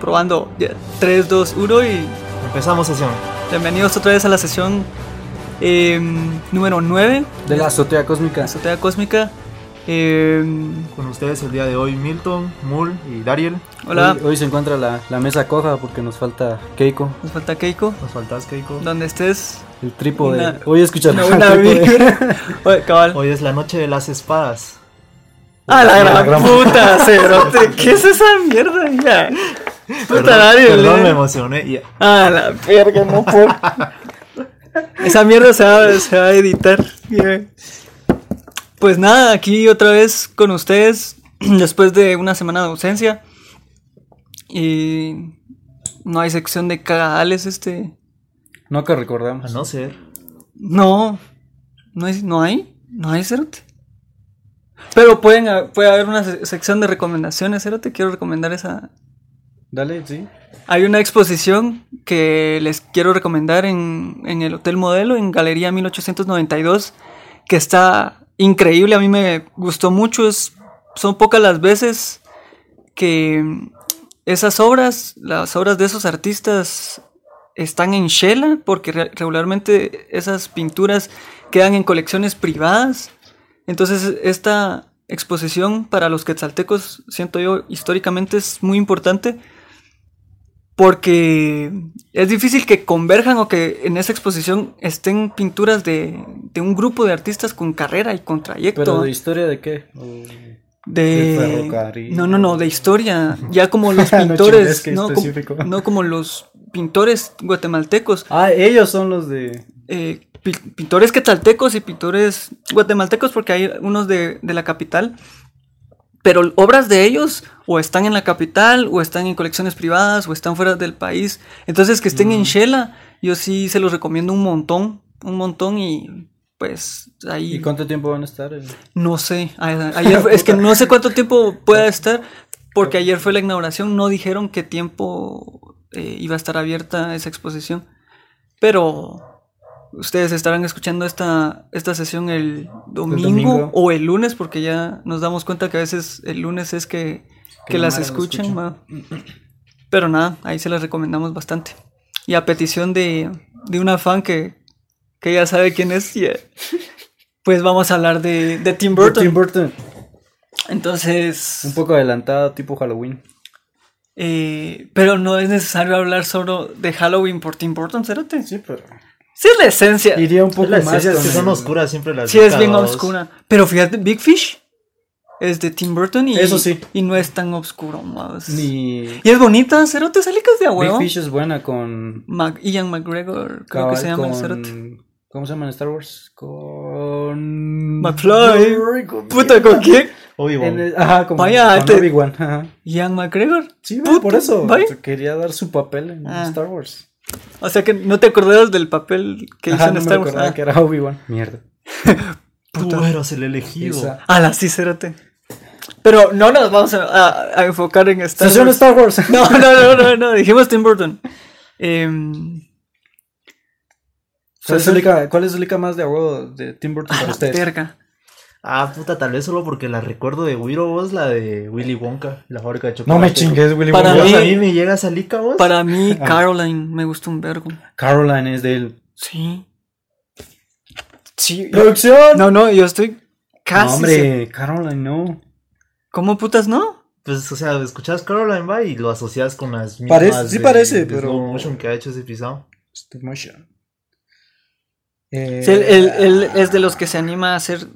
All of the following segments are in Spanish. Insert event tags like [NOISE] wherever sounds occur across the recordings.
Probando. Ya, 3, 2, 1 y Empezamos sesión. bienvenidos otra vez a la sesión eh, número 9 De la azotea de cósmica. Azotea Cósmica. Eh, Con ustedes el día de hoy Milton, Mul y Dariel. hola, Hoy, hoy se encuentra la, la mesa coja porque nos falta Keiko, nos falta Keiko. Nos faltas Keiko. Donde estés, el trípode. Una- hoy escuchamos una buena el trípode. vibra. [LAUGHS] Oye, cabal. Hoy es la noche de las espadas. Ah, la la gran gran- puta, cerote. ¿Qué es esa mierda? Ya. Puta, Perdón, Dario, perdón, le- me emocioné. Y- Ah, la verga, no puedo. Esa mierda se va, se va a editar. bien. Pues nada, aquí otra vez con ustedes, después de una semana de ausencia. Y no hay sección de cagadales este. [LAUGHS] No que A recordamos. Ah, no ser. No, no hay, no hay, no hay cerote. Pero pueden, ha- puede haber una se- sección de recomendaciones, cerote. Quiero recomendar esa, Dale, sí. Hay una exposición que les quiero recomendar en, en el Hotel Modelo, en Galería 1892, que está increíble, a mí me gustó mucho, es- son pocas las veces que esas obras, las obras de esos artistas están en Shela, porque re- regularmente esas pinturas quedan en colecciones privadas. Entonces, esta exposición para los quetzaltecos, siento yo, históricamente es muy importante porque es difícil que converjan o que en esa exposición estén pinturas de, de un grupo de artistas con carrera y con trayecto. Pero ¿va? de historia de qué? O- De De ferrocarril. No, no, no, de historia. Ya [LAUGHS] como los No chingues, pintores. qué no, com- específico. no como los pintores guatemaltecos. Ah, ellos son los de. eh, pi- pintores quetzaltecos y pintores guatemaltecos, porque hay unos de, de la capital. Pero obras de ellos o están en la capital, o están en colecciones privadas, o están fuera del país. Entonces que estén en Shela, yo sí se los recomiendo un montón, un montón y pues ahí... ¿Y cuánto tiempo van a estar? eh? No sé, [LAUGHS] a- ayer fue- es que no sé cuánto tiempo pueda estar, porque ayer fue la inauguración, no dijeron qué tiempo eh, iba a estar abierta esa exposición, pero ustedes estarán escuchando esta, esta sesión el domingo, domingo. o el lunes, porque ya nos damos cuenta que a veces el lunes es que, que la las mara lo escuchan, escucha. ma. pero nada, ahí se las recomendamos bastante. Y a petición de, de una fan que, que ya sabe quién es, y, eh, pues vamos a hablar de, de Tim Burton. Tim Burton. Un Entonces, poco adelantado, tipo Halloween. eh, pero no es necesario hablar solo de Halloween por Tim Burton, cérate. Sí, pero. Sí es la esencia. Iría un poco Las más. esencias con que son el- oscuras siempre las Sí es décadas. bien oscura. Pero fíjate, Big Fish es de Tim Burton y, Eso sí. y no es tan oscuro. más. Ni. Y es bonita, cerote, salicas de a Big huevo. Fish es buena con. Mac- Ian McGregor, creo cabal, Ah, que se llama el cerote. con... ¿Cómo se llama en Star Wars? Con. McFly. Con- Puta, ¿con quién? En Obi-Wan. el- ajá, como Vaya, este- con te- Obi-Wan, ajá. Ian McGregor. Sí, Puta, por eso vaya. quería dar su papel en Ah. Star Wars. O sea que no te acordabas del papel que hizo Ajá, en no me Star Wars. acordaba Ah, que era Obi-Wan. Mierda. Tú eras el elegido. Esa. A ah, la sí, cérate. Pero no nos vamos a, a- a enfocar en Star Estación Wars. Star Wars. No, no, no, no, no, dijimos Tim Burton. Eh, ¿Cuál es su lica, cuál es su lica más de agua de Tim Burton para ustedes? verga. Ah, puta, tal vez solo porque la recuerdo de Wiro vos, la de Willy Wonka, la fábrica de chocolate. No me chingues, Willy Para Vos, Wonka. mí- a mí me llega a Lica vos. Para [LAUGHS] mí, Ah. Caroline me gusta un vergo. Caroline es de él. Sí. Sí. yo- ¡Producción! Ah, No, no, no, yo estoy casi. se- hombre, Caroline no. ¿Cómo putas no? Pues, o sea, escuchas Caroline va y lo asocias con las mismas Parece- sí de- parece, de pero- slow motion que ha hecho ese pisado. Stop motion. Eh, Sí, él, él- él es de los que se anima a hacer.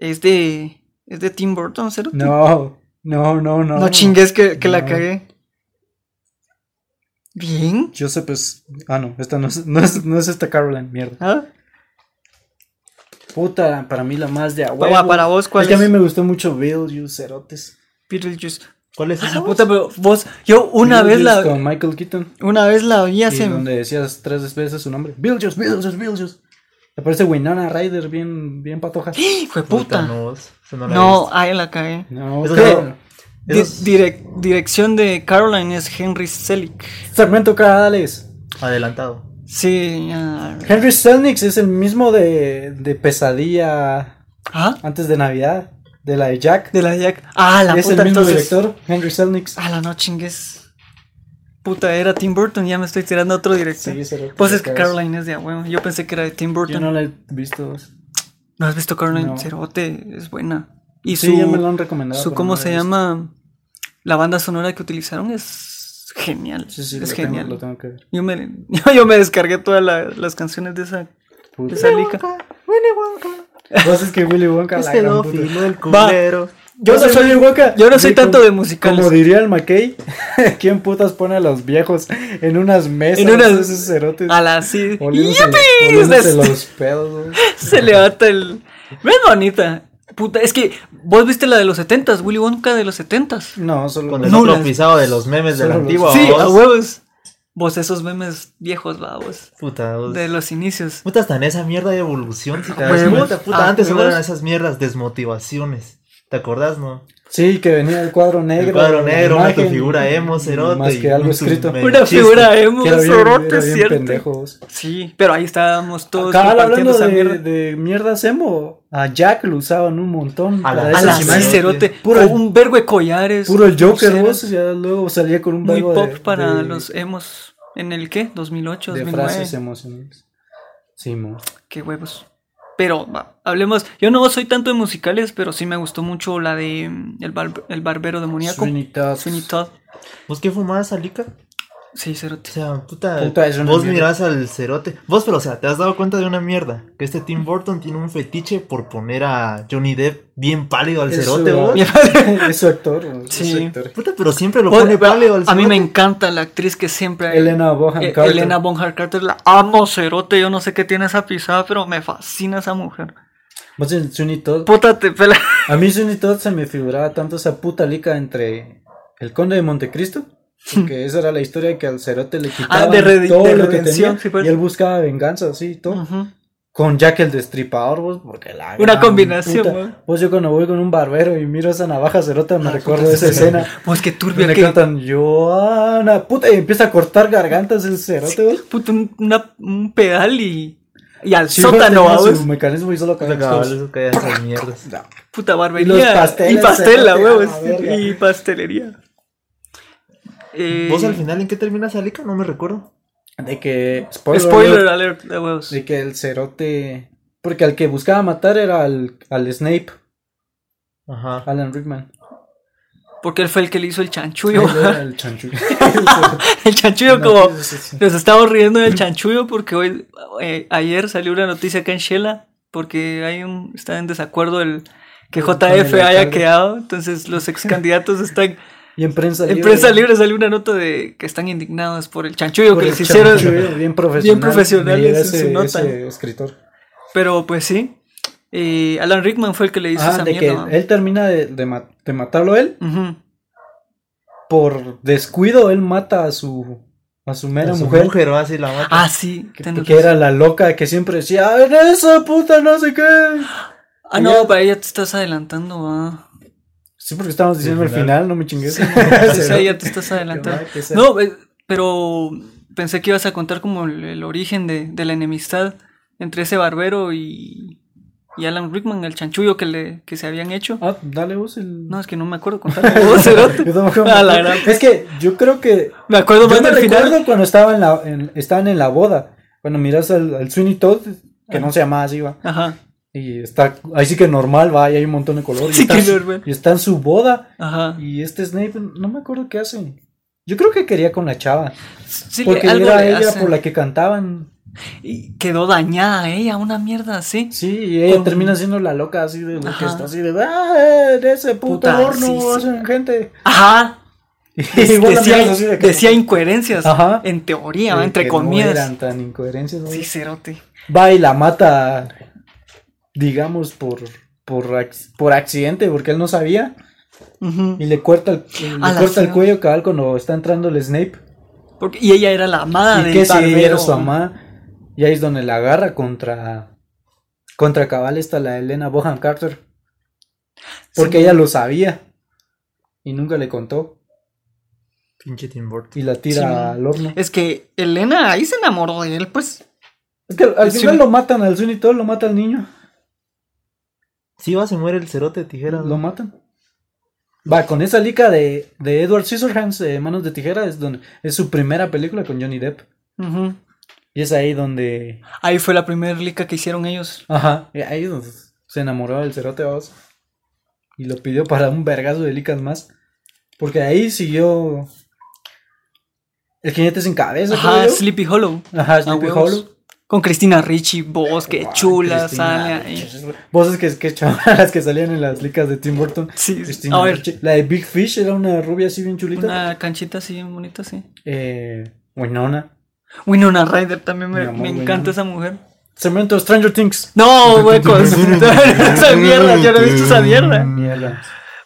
Es de. Es de Tim Burton, ¿cero? No, no, no, no. No chingues que, que la No. cagué. Bien. Yo sé, pues. Ah, no, esta no es, no es, no es esta Caroline, mierda. ¿Ah? Puta, para mí la más de agua. Para, para vos, ¿cuál es es? que a mí me gustó mucho Beetlejuice, cerotes. Beetlejuice. ¿Cuál es Ah, esa? puta, pero vos. Yo una vez Beetlejuice la. Con Michael Keaton. Una vez la vi Y hace. donde decías tres veces su nombre. Beetlejuice, Beetlejuice, Beetlejuice. Te parece Winona Ryder bien, bien patojas. Fue ¡Eh, puta. No, vos, esa no la he No, ahí la cagué. No, Eso creo. Di- Esos- direc- dirección de Caroline es Henry Selick. Sarmiento Cadales. visto. Adelantado. Sí. ya. Henry Selnick es el mismo de, de Pesadilla ¿Ah? antes de Navidad. De la de Jack. De la Jack. Ah, la es puta, el mismo entonces. director, Henry Selnick. Ah, la no chingues. Puta, era Tim Burton, ya me estoy tirando a otro directo. Sí, se lo- pues es que cagas. Caroline es de a huevo. Yo pensé que era de Tim Burton. Yo no... no la he visto. has visto Caroline? No. Cerote, es buena. Y Sí, su, ya me lo han recomendado. su pero ¿cómo no la se he visto. llama? La banda sonora que utilizaron es genial. Sí, sí, es lo tengo- genial. lo tengo que ver. Yo, me, [LAUGHS] yo, yo me descargué todas la- las canciones de esa, de Puta. esa lica. Willy Wonka. Vos es que Willy Wonka Es la gran puta. pedófilo, Este el culero. Yo no soy Wonka. yo no soy tanto de musicales. Como diría el McKay, [LAUGHS] ¿quién putas pone a los viejos en unas mesas? En unas- Esos cerotes. A la sí. oliéndose- ¡Yupi! [LAUGHS] oliéndose los pedos. güey. Se levanta el. Ven bonita. Puta, es que vos viste la de los 70 Willy Wonka de los 70 Sí, No, solo. Con el No, otro las- pisado de los memes de la Solo antigua. los- a voz. huevos. Vos esos memes viejos, va, vos. Puta, vos. De los inicios. Puta, hasta en esa mierda de evolución, si te das Huevos, cuenta. Puta, a antes solo huevos. eran esas mierdas desmotivaciones. ¿Te acordás, no? Sí, que venía el cuadro negro. el cuadro la negro, una tu imagen, figura emo, cerote. Más y que algo un [LAUGHS] escrito. submedio Una chiste. figura emo, Que era bien- sorote, era bien cierto. pendejo, vos. Sí, pero ahí estábamos todos Cabal, compartiendo esa hablando de, mierda. de mierdas emo, a Jack lo usaban un montón. A la- para A esas la sí, imágenes. sí, cerote. Puro- con un vergo de collares. Puro el Joker, pulseras. vos, ya luego salía con un Muy vergo de- pop para de- los emos. ¿En el qué? 2008, de 2009. frases emocionales. Sí, mo. Qué huevos. Pero va, hablemos. Yo no soy tanto de musicales, pero sí me gustó mucho la de mm, El, Bar- el Barbero Demoníaco. Sweeney Todd. Sweeney Todd. ¿Vos qué fumabas, Alica? Sí, O cerote. sea, puta, Puta, es una vos mierda. mirás al cerote. Vos, pero, o sea, te has dado cuenta de una mierda. Que este Tim Burton tiene un fetiche por poner a Johnny Depp bien pálido al Es cerote, su- vos. Mi padre. [LAUGHS] es su actor. mo, es su Sí. actor. Puta, pero siempre lo Bueno, pone pálido al a cerote. mí me encanta la actriz que siempre hay. Elena Bohan Eh, Carter. Elena Bonham Carter. La amo, cerote. Yo no sé qué tiene esa pisada, pero me fascina esa mujer. Vos en Sweeney Todd. Puta, te pela. A mí Sweeney Todd se me figuraba tanto esa puta lica entre el conde de Montecristo. [LAUGHS] Porque esa era la historia de que al cerote le quitaban Ah, de rede- todo de lo que redención, tenía sí, pues. y él buscaba venganza, así y todo. Ujú. Con Jack el Destripador, vos, porque la. Una gran combinación, puta. ¿no? Pues yo cuando voy con un barbero y miro esa navaja cerota, Ah, me recuerdo de esa escena. Pues qué Donde turbia que. cantan, Joana, puta, y empieza a cortar gargantas el cerote, vos. puta, un, una- un pedal y. Y al Sí, sótano, tenía ¿vos? su mecanismo y solo Puta, cagaba. cabal, eso que esas mierdas. Puta barbería. Y los pasteles, Y pastel, la cerote, huevos. a la verga. Y pastelería. Eh, [LAUGHS] ¿Vos al final en qué terminas, Alica? No me recuerdo. De que. Spoiler. Spoiler alert, la huevos. De que el cerote. Porque al que buscaba matar era al, al Snape, Ajá. Alan Rickman. Porque él fue el que le hizo el chanchullo. Él era el chanchullo. [LAUGHS] el chanchullo como... Sí, sí, sí. Nos estamos riendo del chanchullo porque hoy, eh, ayer salió una noticia acá en Shela porque hay un, está en desacuerdo el que Con JF el haya alcalde. quedado, entonces los [LAUGHS] ex candidatos están [LAUGHS] Y en prensa en prensa libre salió una nota de que están indignados por el chanchullo por que el les hicieron, chanchullo, bien profesional. profesional Me llega en su- su nota. ese escritor. pero pues sí, eh, Alan Rickman fue el que le hizo Ah, esa de que mierda. él termina de, de ma- de matarlo él. Ujú. Por descuido, él mata a su, a su mera A su mujer. mujer, va así la mata. Ah, sí, Que, tenés que era la loca que siempre decía, "Ah, en esa puta no sé qué. Ah, no, para ella te estás adelantando, va. [LAUGHS] Sí, porque estábamos diciendo El el final, no me chingues. [LAUGHS] O sea, ya te estás adelantando. [LAUGHS] No, eh, pero pensé que ibas a contar como el, el origen de, de la enemistad entre ese barbero y, y Alan Rickman, el chanchullo que, le, que se habían hecho. Ah, dale vos el. [LAUGHS] No, es que no me acuerdo contarlo. vos, cerote. Yo tampoco [LAUGHS] me A la acuerdo. gran- Es que yo creo que. Me acuerdo Yo más me del recuerdo final. cuando estaba en la, en- estaban en la boda. Cuando miras al, al Sweeney Todd, que no se llamaba así, va. Ajá, Y está. Ahí sí que normal, va. Y hay un montón [LAUGHS] de colores. Sí y está que en su- normal. Y está en su boda. ajá. Y este Snape, no me acuerdo qué hace. Yo creo que quería con la chava. Sí, le- porque algo era le ella hacen. por la que cantaban. Y quedó dañada ella, una mierda así. Sí, y ella Con- termina siendo la loca así de Ajá. que está así de ¡Ah, en ese puto Puta, horno sí, sí. [LAUGHS] hacen gente. Ajá. [LAUGHS] este, Y vos la miras decía, así de que- decía incoherencias. Ajá. En teoría, de entre que No comillas. eran tan incoherencias. ¿no? sí, cerote. Va y la mata, digamos, por, por, ac- por accidente, porque él no sabía. Ujú. Y le corta el, le A la corta el feo. cuello cabal cuando está entrando el Snape. Porque, y ella era la amada y del que si barbero. era su mamá. Y ahí es donde la agarra contra. Contra cabal está la Elena Bohan Carter. Porque Sí. ella lo sabía. Y nunca le contó. Pinche Tim Burton. Y la tira Sí. al horno. Es que Elena ahí se enamoró de él, pues. Es que al Sí. final lo matan al Zuni todo, lo mata al niño. Sí, va, se muere el cerote, tijera. Lo matan. Va, con esa lica de, de Edward Scissorhands, de Manos de Tijera, es, donde, es su primera película con Johnny Depp. Ujú. Y es ahí donde. Ahí fue la primera lica que hicieron ellos. Ajá, y Eh, ahí es donde se enamoró del cerote vamos. Y lo pidió para un vergazo de licas más. Porque ahí siguió. El jinete sin cabeza, Ajá, creo yo. Sleepy Hollow. Ah, Ajá, Sleepy huevos. Hollow. Con Cristina Ricci, vos, qué Guau, chula, Cristina sale ahí. Ricci. Voces que, que chavalas que salían en [LAUGHS] las licas de Tim Burton. Sí, Cristina a ver, Ricci. La de Big Fish era una rubia así bien chulita. una canchita así bien bonita, sí. Eh, Winona. Winona Ryder también me, Mi amor, me encanta Winona. esa mujer. Cemento Stranger Things. No, [LAUGHS] huecos. esa mierda, yo no he visto esa mierda. Mierda.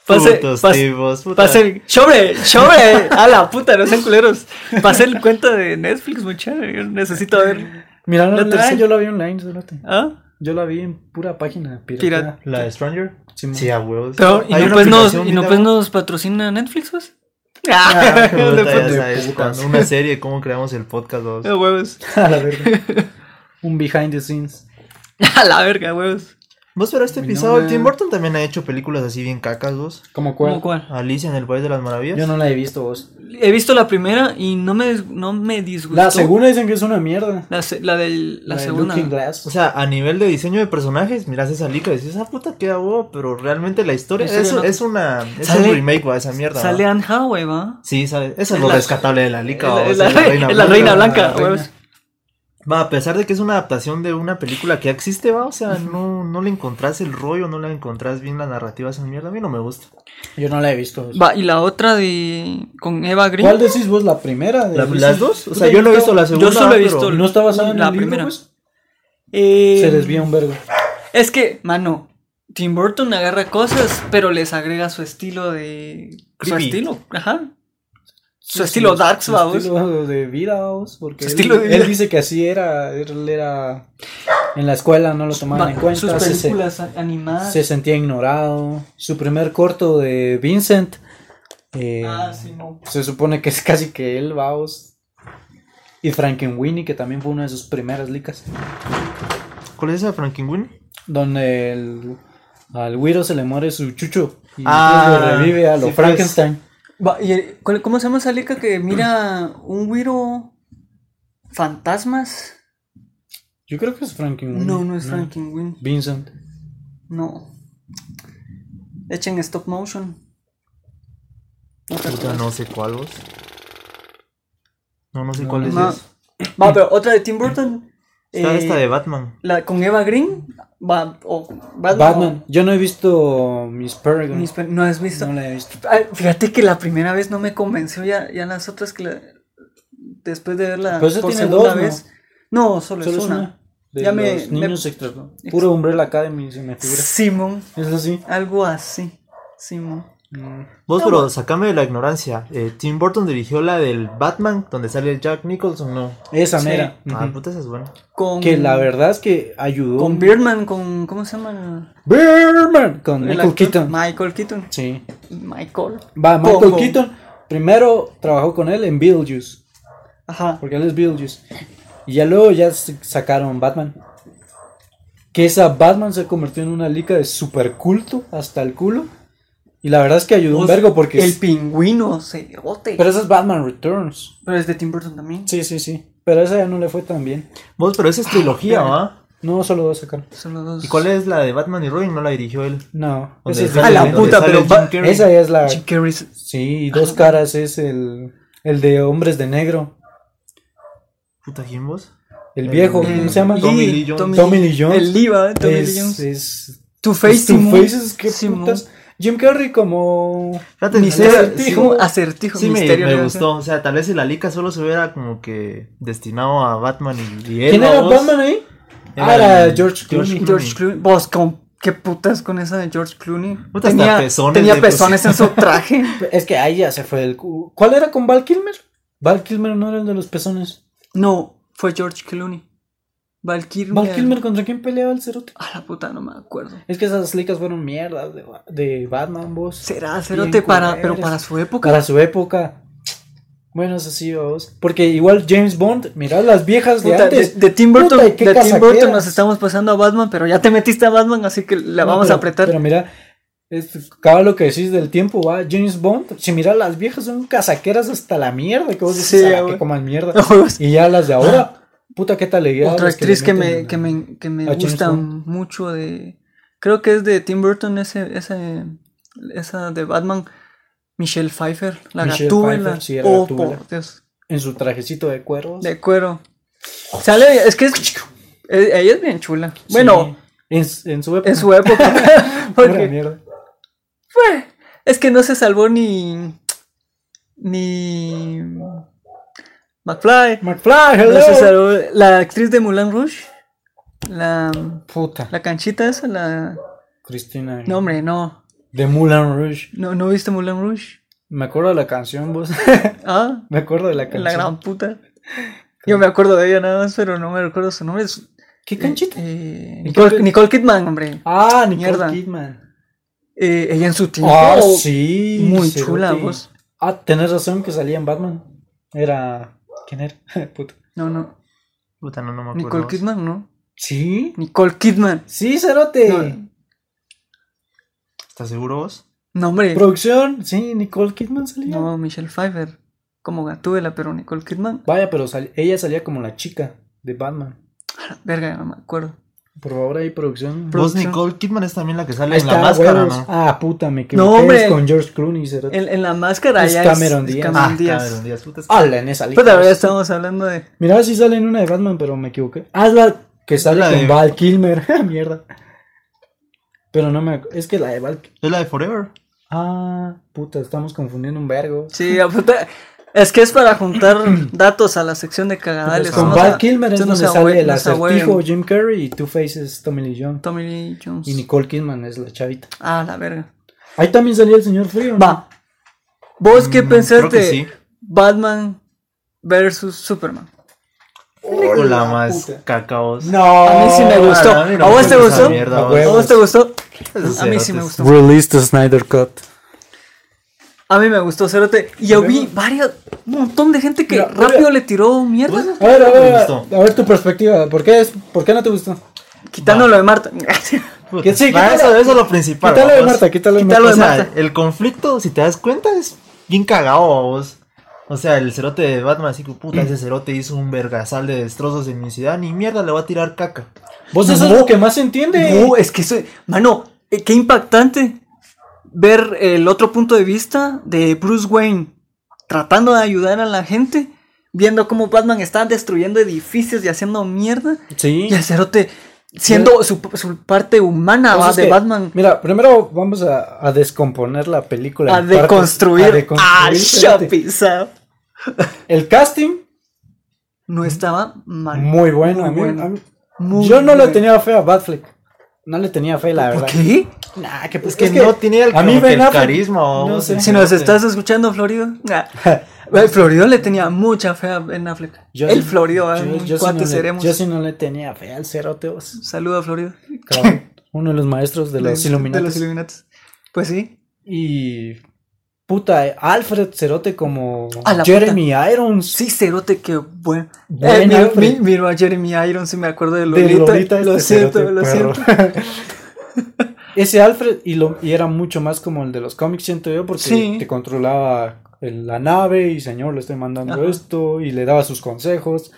Pase, Putos pase, tipos, puta. pase el. ¡Sobre! ¡Sobre! ¡A la puta! No sean culeros. Pase el cuenta de Netflix, muchacha. Yo necesito ver. Mira, La online, tercera. yo la vi online, cerote. ¿Ah? Yo la vi en pura página pirata. Pirata. ¿La de Stranger? Simón. Sí, a huevos. Pero, ¿y Hay no, una pues nos, aplicación ¿y no bien pues a- [LAUGHS] nos patrocina Netflix, pues? [LAUGHS] Ah, qué Hijo de Puta, ya puta. sabes, putas. cuando una serie de cómo creamos el podcast. vos. Ah, huevos. [LAUGHS] A la verga. Un behind the scenes. [LAUGHS] A la verga, huevos. Vos pero este Mi pisado, el novia. Tim Burton también ha hecho películas así bien cacas, vos. ¿Cómo ¿Cómo cuál? cuál? Alicia en el País de las Maravillas. Yo no la he visto vos. He visto la primera y no me, dis- no me disgustó. La segunda dicen que es una mierda. La, se- la del, Pues la, de segunda. Looking Glass. O sea, a nivel de diseño de personajes, miras esa lica y dices, ah, puta, qué hago, pero realmente la historia La historia es, no- es una. Es Sale- un remake, va, esa mierda. Sale va. Anne Hathaway, ¿va? Sí, sale. Eso es es lo la- rescatable de la lica, va, es la, es es la reina blanca, la reina. huevos. Va, a pesar de que es una adaptación de una película que ya existe, va, o sea, no, no le encontrás el rollo, no le encontrás bien la narrativa a esa mierda, a mí no me gusta. Yo no la he visto. vos. Va, y la otra de. con Eva Green. ¿Cuál decís vos? ¿La primera? de La- Alicia? las dos, o ¿Tú sea, te yo no he gustó? visto la segunda. solo he pero visto ¿No está basada en La el libro, primera. pues? Eh, Se desvía un vergo. Es que, mano, Tim Burton agarra cosas, pero les agrega su estilo de. Su Creepy. estilo, ajá. Su estilo Darks, va, Su vos. estilo de vida, vos, Porque Su él, estilo de él vida. dice que así era. Él era. En la escuela no lo tomaban Va, en cuenta. sus se- se- películas a- se, animadas. sentía ignorado. Su primer corto de Vincent. eh, Ah, sí, no. Se supone que es casi que él, vamos. Y Frankenweenie, que también fue una de sus primeras licas. ¿Cuál es esa, Frankenweenie? Donde el- al Wiro se le muere su chucho. Y Ah, lo revive a lo sí, pues. Frankenstein. Va, y el- ¿cuál- ¿Cómo se llama esa lica que mira un güiro. fantasmas? Yo creo que es Frankenweenie. No, no es Frankenweenie. Vincent. No. Echen stop motion. No te Puta, acuerdas. no sé cuál vos. No, no sé cuál es. No. esa. Va, pero otra de Tim Burton. Está eh, esta de Batman. La con Eva Green. Va, o Batman. Batman. Yo no he visto Miss o- Peregrine. Mis pe- no has visto. No la he visto. Ay, fíjate que la primera vez no me convenció. Ya, ya las otras que la- después de verla Pero esa por tiene segunda dos, ¿no? vez. No, solo, Solo es una. De Ya ya me- los me- niños extra- Puro Umbrella Academy se me figura. Simón. Es así. Algo así. Simón. Mm. Vos, pero sacame de la ignorancia. Eh, Tim Burton dirigió la del Batman, donde sale el Jack Nicholson, no. Esa Sí. mera. Ah, Ujú. puta, esa es buena. Con, Que la verdad es que ayudó. Con Birdman, con. ¿Cómo se llama? Birdman. Con el Michael actor? Keaton. Michael Keaton. sí. Michael. Va, Michael Con- con- Keaton. Primero trabajó con él en Beetlejuice. Ajá. Porque él es Beetlejuice. Y ya luego ya s- sacaron Batman. Que esa Batman se convirtió en una liga de super culto hasta el culo. Y la verdad es que ayudó un Vos, vergo porque. Pues, El es- pingüino se bote. Pero esa es Batman Returns. Pero es de Tim Burton también. Sí, sí, sí. Pero esa ya no le fue tan bien. Vos, pero esa es Ah, trilogía, verga. ¿va? No, solo dos sacaron. Son los dos. ¿Y cuál es la de Batman y Robin? No la dirigió él. No. Donde esa es sale- A la donde diferente. puta, sale pero Jim va- Carrey. Esa ya es la. Jim Carrey es- Sí, dos caras es el. El de hombres de negro. Puta, ¿quién vos? El viejo, El- ¿cómo se llama? Tommy Lee, Lee Jones. Tommy- Tommy Lee Jones. El IVA, Tommy Lee Es- Jones. es- Two Face, Two Simón. Faces, qué Simón. putas. Jim Carrey como. Fíjate, Misterio, esa- sí- acertijo, ah, acertijo, Sí, me, misterio. me ¿no? gustó. O sea, tal vez el Alica solo se hubiera como que destinado a Batman y, y él. ¿Quién ¿va, era vos? Batman ahí? Era Ah, era el- George Clooney. George Mm. Clooney. Vos, con qué putas con esa de George Clooney. Puta, hasta pezones tenía de- pezones en [LAUGHS] su traje. Es que ahí ya se fue el. cu- ¿Cuál era con Val Kilmer? Val Kilmer no era el de los pezones. No, fue George Clooney. Val Kilmer. ¿Val Kilmer contra quién peleaba el cerote? A la puta, no me acuerdo. Es que esas licas fueron mierdas de, Ba- de Batman, vos. Será, Bien cerote, para, culeras. pero para su época. Para su época. Bueno, eso sí, vos. Porque igual James Bond, mirad las viejas de Puta, de, antes. de Tim Burton, Puta, ¿y qué de Tim casaqueras? Burton nos estamos pasando a Batman, pero ya te metiste a Batman, así que la No, vamos [LAUGHS] pero- a apretar. Pero mira, Es, cada lo que decís del tiempo, va, James Bond, si mira las viejas son casaqueras hasta la mierda, que vos decís Sí, "A la güey. Ah. que coman mierda. [LAUGHS] Y ya las de ahora, puta qué tal Otra actriz que me, que me, que a me James gusta Bond. mucho de. Creo que es de Tim Burton, ese, ese, esa de Batman. Michelle Pfeiffer, la Michelle gatúbela. Pfeiffer, sí, era Oh, gatúbela. por Dios. en su trajecito de cuervos. De cuero. Sale, es que es- e- ella es bien chula. Sí, Bueno, en, en su época. en su época. [LAUGHS] [LAUGHS] Pura porque mierda. fue- es que no se salvó ni. ni. McFly. McFly, hello. No se salvó. La actriz de Moulin Rouge. La. Puta. La canchita esa, la. Cristina. No, hombre, no. De Moulin Rouge. No, ¿no viste Moulin Rouge. Me acuerdo de la canción, vos. [LAUGHS] Ah, me acuerdo de la canción. la gran puta. Yo me acuerdo de ella nada más, pero no me recuerdo su nombre. Es- ¿Qué canchita? eh, Nicole, Nicole Kidman, hombre. ah, Nicole mierda. Kidman. Eh, ella en su tiempo. Ah, sí. Muy cerote. chula, vos. Ah, tenés razón que salía en Batman. Era. ¿Quién era? [LAUGHS] Puta. No, no. Puta, no, no me acuerdo. Nicole Kidman, ¿no? ¿Sí? Nicole Kidman. Sí, Cerote. No. eh. ¿Estás seguro vos? No, hombre. Producción. Sí, Nicole Kidman salía. No, Michelle Pfeiffer. Como Gatúbela, pero Nicole Kidman. Vaya, pero sal- ella salía como la chica de Batman. ah, Verga, no me acuerdo. Por favor, ahí producción. Pro- Vos, Producción. Nicole Kidman es también la que sale Ahí en la máscara, huevos. ¿no? Ah, puta, me equivoqué. No, hombre. es con George Clooney, Cerote. En, en la máscara Es ya Cameron Díaz. Ah. Cameron Díaz. Cameron Díaz, puta, es- Ala, en esa lista. Pues la verdad estamos hablando de. Mira si sale en una de Batman, pero me equivoqué. Ah, es la que sale La con de- Val Kilmer. [LAUGHS] Ah, Mierda. Pero no me. Es que la de Val. Es la de Forever. Ah, puta, estamos confundiendo un vergo. Sí, a puta- Es que es para juntar [CLEARS THROAT] datos a la sección de cagadales. con ¿no? O Val sea, Kilmer es entonces no donde se ahue- sale el no se ahue- acertijo Jim Carrey y Two Faces Tommy Lee Jones. Tommy Lee Jones. Y Nicole Kidman es la chavita. Ah, la verga. Ahí también salía el señor frío. ¿no? Va. ¿Vos qué Mm, pensaste? creo que sí. Batman versus Superman. Hola, más puta. cacaos. No. A mí sí me gustó. a mí no ¿A me vos te gusta esa gustó? mierda, ¿A vos. vos te gustó? Esos A mí sí cerotes. me gustó. Release the Snyder Cut. A mí me gustó Cerote. Y yo vi varios, un montón de gente que Mira, rápido mira. le tiró mierda. ¿Vos? A ver, a ver, Me a gustó. ver, a ver tu perspectiva. ¿Por qué, es, ¿Por qué no te gustó? Quitando lo de Marta. [LAUGHS] Puta, Que sí, va, quítale- eso, eso es lo principal. Quítalo de vamos. Marta, quítalo de Quítalo Marta. O de sea, Marta. el conflicto, si te das cuenta, es bien cagado vos. O sea, el cerote de Batman, así que puta, ese cerote hizo un vergasal de destrozos en mi ciudad, ni mierda le va a tirar caca. Vos eso No. es lo que más entiende. No, eh. es que eso. Mano, eh, qué impactante ver el otro punto de vista de Bruce Wayne tratando de ayudar a la gente, viendo cómo Batman está destruyendo edificios y haciendo mierda. Sí. Y el cerote siendo su, su parte humana Pues va, es de que, Batman. Mira, primero vamos a, a descomponer la película. A en partes, a deconstruir. deconstruir, Ah, espérate. Shopee, El casting, No estaba mal. muy bueno. a mí- bueno. a mí- Muy yo no bueno. le tenía fe a Batfleck. No le tenía fe, la ¿Por verdad. qué? Nah, que, pues, Es que, no tiene el, a mí como que Ben el Affleck- carisma. no vos, sé. el Si nos cerote. estás escuchando, Florido. nah. [LAUGHS] Eh, Florido le tenía mucha fe a Ben Affleck. Yo el sí- Florido, eh, yo- un yo sí cuate no le- seremos. Yo sí no le tenía fe al cerote. vos. Saludo a Florido. Cabrón, Uno de los maestros de los De- Illuminati. de los Illuminatis. Pues sí. Y. Puta, eh, Alfred Cerote como A la Jeremy Irons. Sí, Cerote, qué bueno. Buen Eh, mi- Alfred. mi- miro a Jeremy Irons y me acuerdo de de Lolita. Lolita, lo este siento, cerote, lo perro. [LAUGHS] siento. [LAUGHS] Ese Alfred y, lo, y era mucho más como el de los cómics, siento yo, porque Sí. te controlaba el- la nave y señor, le estoy mandando Ajá. esto y le daba sus consejos.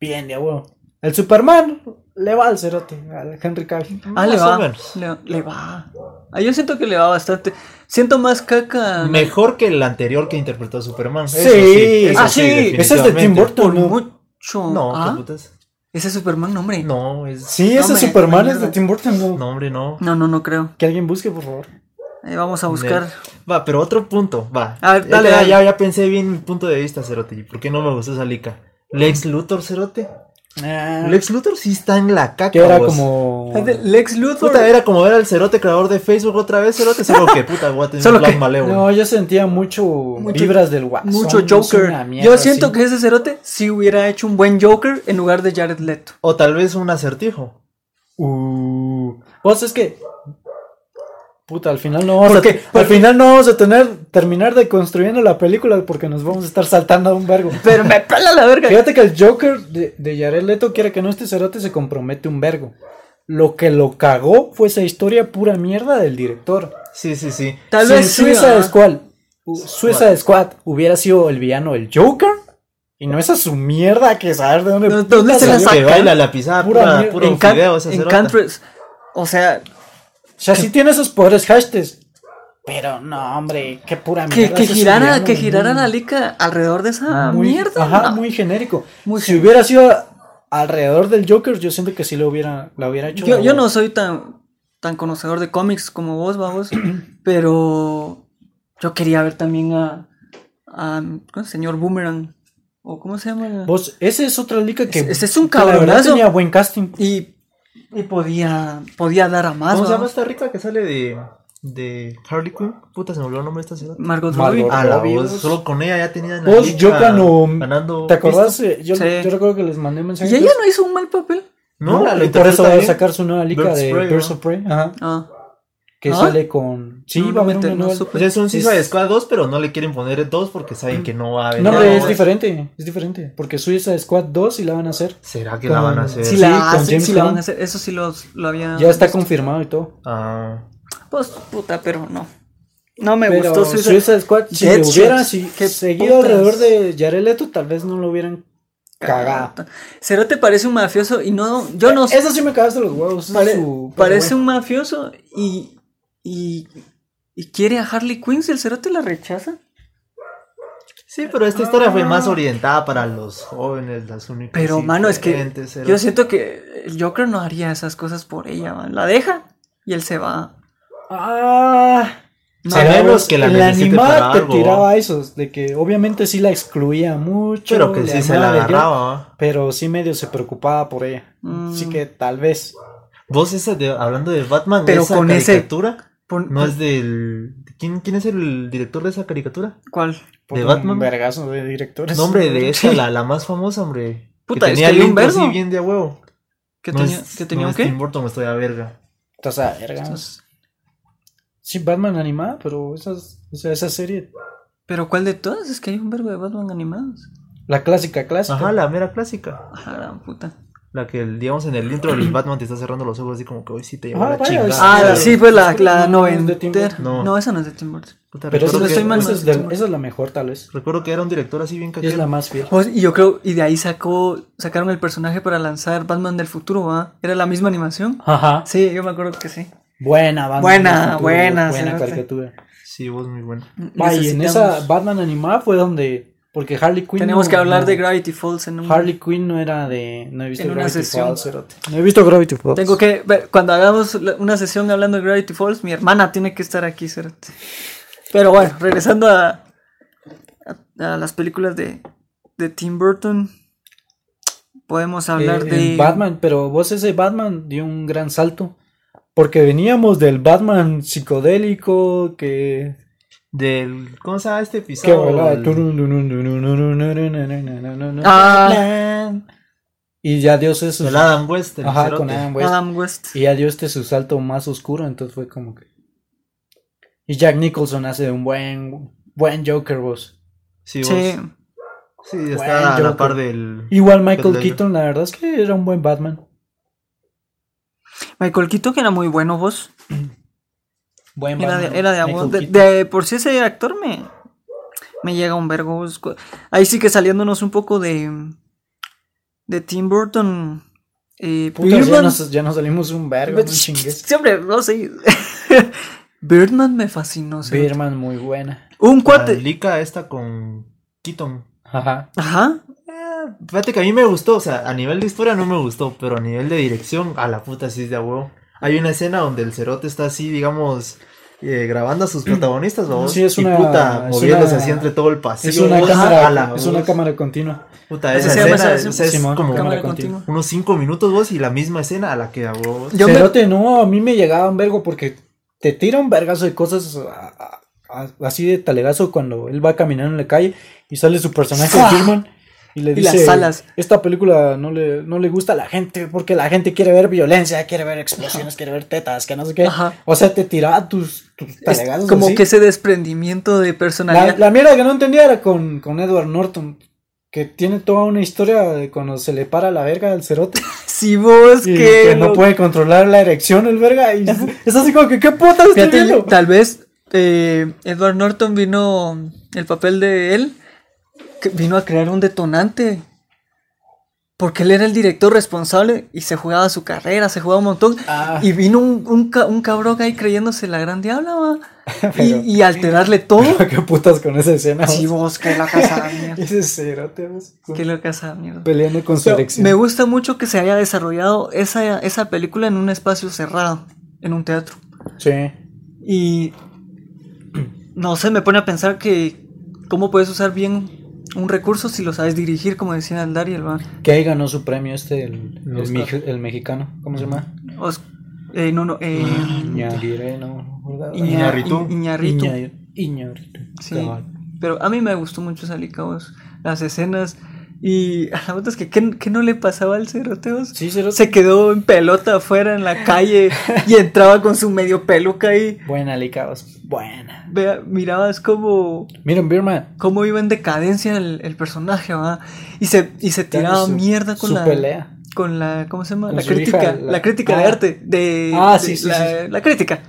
Bien, de huevo. El Superman le va al cerote, al Henry Cavill. Ah, le Más o va. menos. Le, le va. Ah, yo siento que le va bastante. Siento más caca. Mejor que el anterior que interpretó a Superman. Sí. eso sí, eso Ah, sí, Ese es de Tim definitivamente. Burton, ¿no? Mucho. No, Ah, qué putas. Ese Superman, no, hombre. No. No, es. Sí, No ese me- Superman me es de mierda. Tim Burton, ¿no? No, hombre, no. no, no, creo. Que alguien busque, por favor. Ahí vamos a buscar. Va, pero otro punto, va. A ver, Eh, dale, ya, dale. Ya, ya pensé bien mi punto de vista, Cerote. ¿Y por qué no me gustó esa lica? Lex Luthor, Cerote. Ah. Lex Luthor sí está en la caca. que era vos. como. Es de Lex Luthor. Puta, era como ver al Cerote creador de Facebook otra vez, Cerote. Solo [LAUGHS] que, puta, voy a tener Solo un plan que- malévolo. No, yo sentía mucho, Mucho- vibras del Watson. Mucho Joker. Yo siento que ese cerote sí hubiera hecho un buen Joker en lugar de Jared Leto. O tal vez un acertijo. Uh, vos es que. Puta, al final no vamos ¿Por a. qué? Al Porque- final no vamos a tener. Terminar de construyendo la película porque nos vamos a estar saltando a un vergo. Pero me pela la verga. Fíjate que el Joker de, de Jared Leto quiere que no este cerote se compromete un vergo. Lo que lo cagó fue esa historia pura mierda del director. Sí, sí, sí. Tal si vez sí, Suiza ¿verdad? Squad, u- Suicide Squad hubiera sido el villano el Joker y no esa su mierda que saber de dónde, ¿De dónde puta se la salió. saca? Que baila la pisada, Pura pura, mierda. puro en Can- fideo esa en cerota. Countries, O sea, O sea, sí tiene esos poderes hashtags. Pero no, hombre, qué pura que, mierda. que ese girara, villano, que muy- girara la lica alrededor de esa Ah, muy- mierda. Ajá, no. muy genérico. Muy si genérico. hubiera sido alrededor del Joker, yo siento que sí lo hubiera, la hubiera hecho. Yo, yo no soy tan, tan conocedor de cómics como vos, [CLEARS THROAT] vamos, pero yo quería ver también a, a ¿cómo? señor Boomerang, o cómo se llama. Vos, ese es otra liga que. Ese- ese es un que la verdad cabronazo. Tenía buen casting. Y, y podía, podía dar a más. ¿Cómo se llama vamos. esta rica que sale de, de Harley Quinn? Puta, se me olvidó el nombre de esta ciudad. Margot Margot Robbie. A la Robbie, voz, vos. solo con ella ya tenían la Vos, liga yo cuando. ganando ¿Te acordás? Eh, Yo, Sí. yo recuerdo que les mandé un mensaje. Y ella no hizo un mal papel. No, la y por eso va a interpreta sacar su nueva liga Birds de Prey, Birds ¿no? of Prey. Ajá. Ah, Que ¿Ah? sale con. Sí, No, va no a me haber una enter- no nueva. supe. bien. Ya es un Suicide Es- Squad 2, pero no le quieren poner 2 porque saben que no va a haber. No, No, pero es es- diferente. Es diferente. Porque Suiza Squad 2 y la van a hacer. ¿Será que con- la van a hacer? si Eh, Sí, la, con hacen, James sí la van Gunn. a hacer. Eso sí los, lo había. Ya está confirmado y todo. Ah, Pues puta, pero no. No me Pero gustó Suicide, Suicide- Squad, si Dead lo hubiera Shots, si- qué seguido putas. alrededor de Jared Leto, tal vez no lo hubieran cagado. Cero te parece un mafioso y no. Yo no Eso sí me cagaste los huevos. eso es Pare- su- parece pero un mafioso y, y, y quiere a Harley Quinn. Si el cerote la rechaza, sí, pero esta historia fue más orientada para los jóvenes, las únicas. pero mano, es que diferentes, yo pero- siento que el Joker no haría esas cosas por ella. man. La deja y él se va. bueno. Ah, No, Sabemos que la en la necesite animada para te algo, tiraba esos de que obviamente sí la excluía mucho. Pero que le sí se amaba la de yo, agarraba. ¿va? Pero sí medio se preocupaba por ella. Mm. Así que tal vez. Vos esa de, hablando de Batman, Pero esa con ese- caricatura Pon- no es del ¿quién, quién es el director de esa caricatura? ¿Cuál? por ¿De un Batman? vergazo de directores. Nombre [LAUGHS] de esa, la, la más famosa, hombre. Puta, es que tenía que hay un aliento vergo. así bien de a huevo. ¿Que No tenía, es- que tenía no un es qué? Tim Burton, estoy a verga. O sea, verga. Entonces, Sí, Batman animada, pero esas, o sea, esa serie, Pero ¿cuál de todas? Es que hay un verbo de Batman animados. la clásica, clásica. Ajá, la mera clásica. Ajá, la puta. La que, digamos, en el intro del Batman te está cerrando los ojos así como que hoy sí te llevo Ah, la vaya, chingada. Ah, la- sí, pues la, la No, es de Tim noventera. Burton. No. No. esa no es de Tim Burton. Puta, recuerdo Pero esa, no que- estoy mal, esa no es de- estoy este, esa es la mejor, tal vez. Recuerdo que era un director así bien Es caquero. la más fiel. Pues, y yo creo, y de ahí sacó, sacaron el personaje para lanzar Batman del futuro, ¿va? ¿Era la misma animación? Ajá. Sí, yo me acuerdo que sí. Buena, Batman. Buena, caricatura, buena, Buena cerote. caricatura. Sí, vos muy bueno. Vaya, en esa Necesitamos- Batman animada fue donde. Porque Harley Quinn. Tenemos no- que hablar no- de Gravity Falls en un... Harley Quinn no era de. No he visto En una Gravity sesión. Falls, cerote. No he visto Gravity Falls. Tengo que, ver, cuando hagamos la- una sesión hablando de Gravity Falls, mi hermana tiene que estar aquí, cerote. Pero bueno, regresando a, a, a las películas de, de Tim Burton, podemos hablar Eh, en de... Batman, pero vos ese Batman dio un gran salto. Porque veníamos del Batman psicodélico que Del, ¿cómo se llama este Que episodio? volaba. El- Ah, Y ya dio ese su- El Adam West, el Ajá, cerote. con Adam West. Adam West. Y ya dio este su salto más oscuro, entonces fue como que. Y Jack Nicholson hace un buen buen Joker boss. Sí, Sí. vos. Sí, está Buen a Joker. la par del... Igual Michael Heath Ledger. Keaton, la verdad es que era un buen Batman. Michael Keaton, que era muy bueno, vos. Buen Era Batman, de, era de Michael abogado. De- Keaton. de- por si ese actor me, me llega un vergo. Busco- Ahí sí que saliéndonos un poco de, de Tim Burton. eh, Puta, ya, Birdman. nos, ya nos salimos un vergo, [LAUGHS] no chingues. Siempre, no sé. [LAUGHS] Birdman me fascinó. sí. Birdman muy buena. Un La cuate. lica esta con Keaton. Ajá. Ajá. Eh, Fíjate que a mí me gustó, o sea, a nivel de historia no me gustó, pero a nivel de dirección, a la puta sí es de a huevo. Hay una escena donde el cerote está así, digamos, eh, grabando a [CLEARS THROAT] sus protagonistas, vamos. Sí, es una- Y puta, es moviéndose una- así entre todo el pasillo. Es una vos, a la cámara, es una vos. cámara continua. Puta, esa Así se llama escena, esa- o sea, es Simón, como Cámara continua. continua. unos cinco minutos vos y la misma escena a la que a huevo. [LAUGHS] vos. Yo me- Cerote, no, a mí me llegaba un vergo porque te tira un vergazo de cosas a- a- a- así de talegazo cuando él va caminando en la calle y sale su personaje ¡Fua! Firman y le Y dice, las alas. esta película no le, no le gusta a la gente porque la gente quiere ver violencia, quiere ver explosiones, quiere ver tetas, que no sé qué. Ajá. O sea, te tiraba tus, tus es talegazos como Eh, así. que ese desprendimiento de La, personalidad. la mierda que no entendía era con, con Edward Norton, que tiene toda una historia de cuando se le para la verga al cerote. Si [LAUGHS] vos Y que. que no lo- puede controlar la erección el verga. Y es así como que, ¿qué putas [LAUGHS] estoy Fíjate, viendo? tal vez eh, Edward Norton vino. El papel de él que vino a crear un detonante. Porque él era el director responsable y se jugaba su carrera, se jugaba un montón. Ah. Y vino un, un, ca- un cabrón ahí creyéndose la gran diabla, va, Y, [LAUGHS] [LAUGHS] Pero- y alterarle [LAUGHS] todo. ¿Qué putas con esa escena? Sí, vos? vos, que la casa de [LAUGHS] mierda. [LAUGHS] Ese cerote, vos. Que la casa de mierda. Peleando con su Pero erección. me gusta mucho que se haya desarrollado esa, esa película en un espacio cerrado, en un teatro. Sí. Y no sé, me pone a pensar que cómo puedes usar bien un recurso si lo sabes dirigir, como decía el Dariel, ¿va? Que ahí ganó su premio este, el, el Oscar. mej- el mexicano. ¿Cómo se llama? Os- eh, no, no, eh, Iñaguirre, no. ¿verdad? Iña- Iñárritu. Iñ- Iñárritu, Iña- Iñárritu. sí. Cabal. Pero a mí me gustó mucho esa lica, vos, las escenas. Y [LAUGHS] la verdad es que, ¿qué, qué no le pasaba al ceroteos? Sí, cerote. Se quedó en pelota afuera en la calle y entraba con su medio peluca y Buena, Licaos. Buena. vea, mirabas como Miren, Birman. cómo iba en decadencia el, el personaje, ¿va? Y se, y se tiraba su- mierda con su la. pelea. Con la. ¿Cómo se llama? Con La su crítica. hija, la, la- crítica de Ah. arte. De, Ah, de- sí, sí, la, sí. la crítica.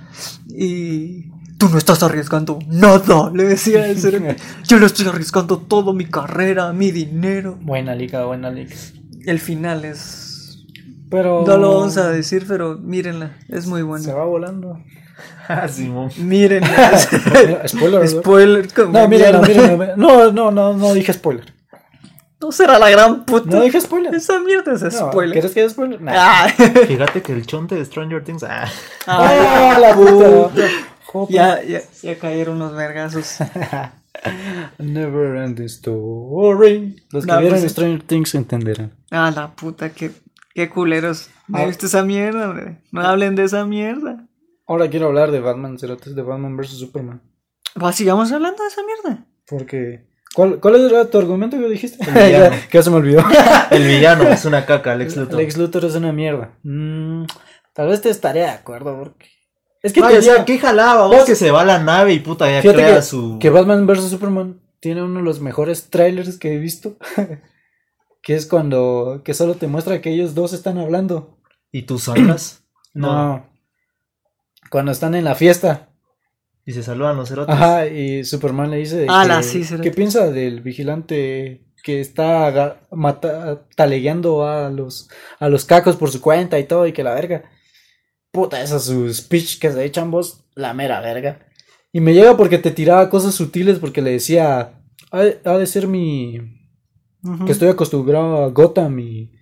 Y. Tú no estás arriesgando nada, le decía el [LAUGHS] cerote. Yo lo estoy arriesgando todo, mi carrera, mi dinero. Buena liga, buena liga. El final es. Pero. No lo vamos a decir, pero mírenla. Es muy Se buena. va volando. Ah, Simón. [LAUGHS] Mírenla. [LAUGHS] Spoiler. Spoiler. como No, mira, no, mierda. mira, no, no, no, no, no dije spoiler. [LAUGHS] No será la gran puta. No dije spoiler. Esa mierda es No, spoiler. ¿Quieres que diga spoiler? Nah. Ah. Fíjate que el chonte de Stranger Things. Ah, [LAUGHS] Ah, la puta. Joder. ya, ya, ya cayeron los vergazos. Never end the story. Los que No, vieron pues- Stranger Things entenderán. Ah, la puta, qué, qué culeros. ¿No Ah. viste esa mierda, hombre? No hablen de esa mierda. Ahora quiero hablar de Batman, cerotes, de Batman vs Superman. Pues sigamos hablando de esa mierda. Porque. ¿Cuál, cuál era tu argumento que dijiste? [LAUGHS] villano. Ya, que ya se me [LAUGHS] olvidó. el villano es una caca, Alex Luthor. Lex Luthor es una mierda. Mm, tal vez te estaré de acuerdo porque. Es que No, te o sea, decía- ¿qué jalaba? Vos Vos- que se va a la nave y puta ya Fíjate crea que, su. que Batman vs Superman tiene uno de los mejores trailers que he visto. [LAUGHS] que es cuando. que solo te muestra que ellos dos están hablando. ¿Y tus sombras? No. Cuando están en la fiesta. Y se saludan los cerotes. Ajá, y Superman le dice. de Ala, que- sí, cerote. ¿Qué piensa del vigilante que está aga- mata- talegueando a los, a los cacos por su cuenta y todo? Y que la verga. Puta, esa es su speech que se echan vos, la mera verga. Y me llega porque te tiraba cosas sutiles porque le decía. Ha de, ha de ser mi. Ujú. que estoy acostumbrado a Gotham y.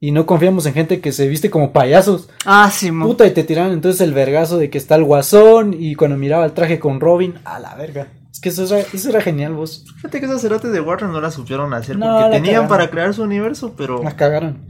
Y no confiamos en gente que se viste como payasos. Ah, Simón. Puta, y te tiraron entonces el vergazo de que está el guasón. Y cuando miraba el traje con Robin, a la verga. Es que eso era, eso era genial, vos. Fíjate que esos cerotes de Warner no la supieron hacer No, porque la tenían cagaron. para crear su universo, pero La cagaron.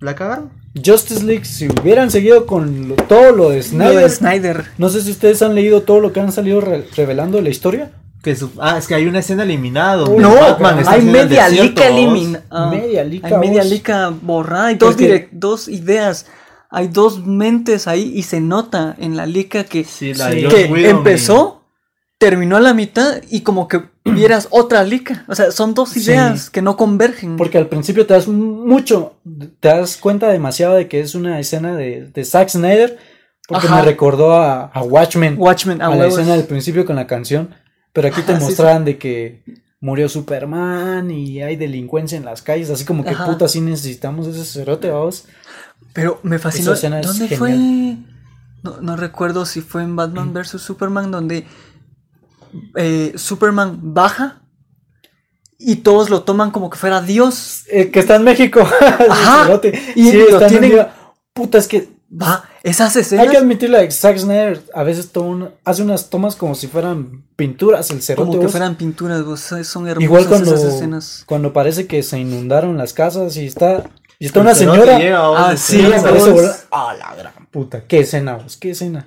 la cagaron. Justice League, si hubieran seguido con lo- todo Lo lo de de Snyder. Snyder. No sé si ustedes han leído todo lo que han salido re- revelando de la historia. Que su- Ah, es que hay una escena eliminada. donde No, Batman está Pues hay haciendo el media desierto, lica ¿vos? eliminada. Media lica, Hay media vos. lica borrada. Hay dos, Porque- direc- dos ideas. Hay dos mentes ahí y se nota en la lica que, Sí, la Sí. de Joss que Whedon y- empezó, terminó a la mitad y como que [CLEARS THROAT] vieras otra lica. O sea, son dos Sí. ideas que no convergen. Porque al principio te das mucho, te das cuenta demasiado de que es una escena de, de Zack Snyder, porque Ajá. me recordó a, a Watchmen, Watchmen, a a la Ah, huevos. escena del principio con la canción, [LAUGHS] pero aquí te Ajá, sí, mostraban de que murió Superman y hay delincuencia en las calles, así como que Ajá. puta, sí necesitamos ese cerote, vamos. Pero me fascinó. Esa escena es ¿Dónde genial. Mm. fue? No, no recuerdo si fue en Batman vs. Superman, donde eh, Superman baja y todos lo toman como que fuera Dios. Eh, que está en México, [LAUGHS] ese Ajá. cerote. Y Sí, lo está en tienen- México. puta, es que Va, esas hay que escenas admitirle a Zack Snyder, a veces toma un- hace unas tomas como si fueran pinturas, el cerote. como que vos. fueran pinturas, vos, son hermosas Igual cuando, esas escenas. cuando parece que se inundaron las casas y está, y está El una cerote señora. llega, vos, Ah, y sí, se- y aparece vos. volando. ¡Ah, la gran puta! ¿Qué escena, vos? ¿Qué escena?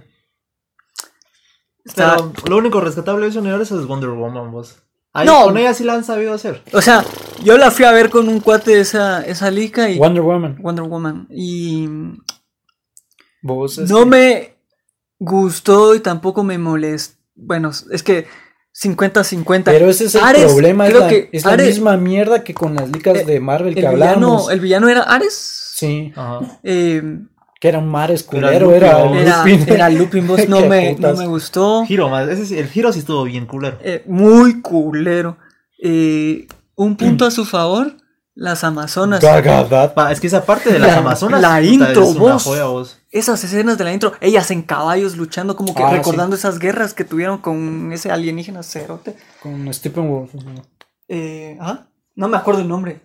Está- Pero lo único rescatable de ese universo es Wonder Woman, vos. Ahí, No. Con ella sí la han sabido hacer. o sea, yo la fui a ver con un cuate esa, esa lica y Wonder Woman. Wonder Woman. Y Vos, este, No me gustó y tampoco me molestó. Bueno, es que 50-50. Pero ese es el Ares, problema. Es creo la, que es la Ares- misma mierda que con las licas eh, de Marvel El que hablábamos. villano, el villano era Ares. Sí. Ajá. Eh, Que era un mar escudero, Lupin, era ¿no? Lupin. era, era [LAUGHS] Lupin Boss, no, Qué me, no putas. me gustó. [LAUGHS] Giro más. Ese, sí- el giro sí estuvo bien culero. Eh, muy culero. Eh, un punto a su favor, las Amazonas. Gagadat. Pa, es que esa parte de las La- Amazonas la puta, intro, es una vos. joya, vos. Esas escenas de la intro, ellas en caballos luchando, como que Ah, recordando esas guerras que tuvieron con ese alienígena cerote. Con Steppenwolf. Eh, ajá, No me acuerdo el nombre.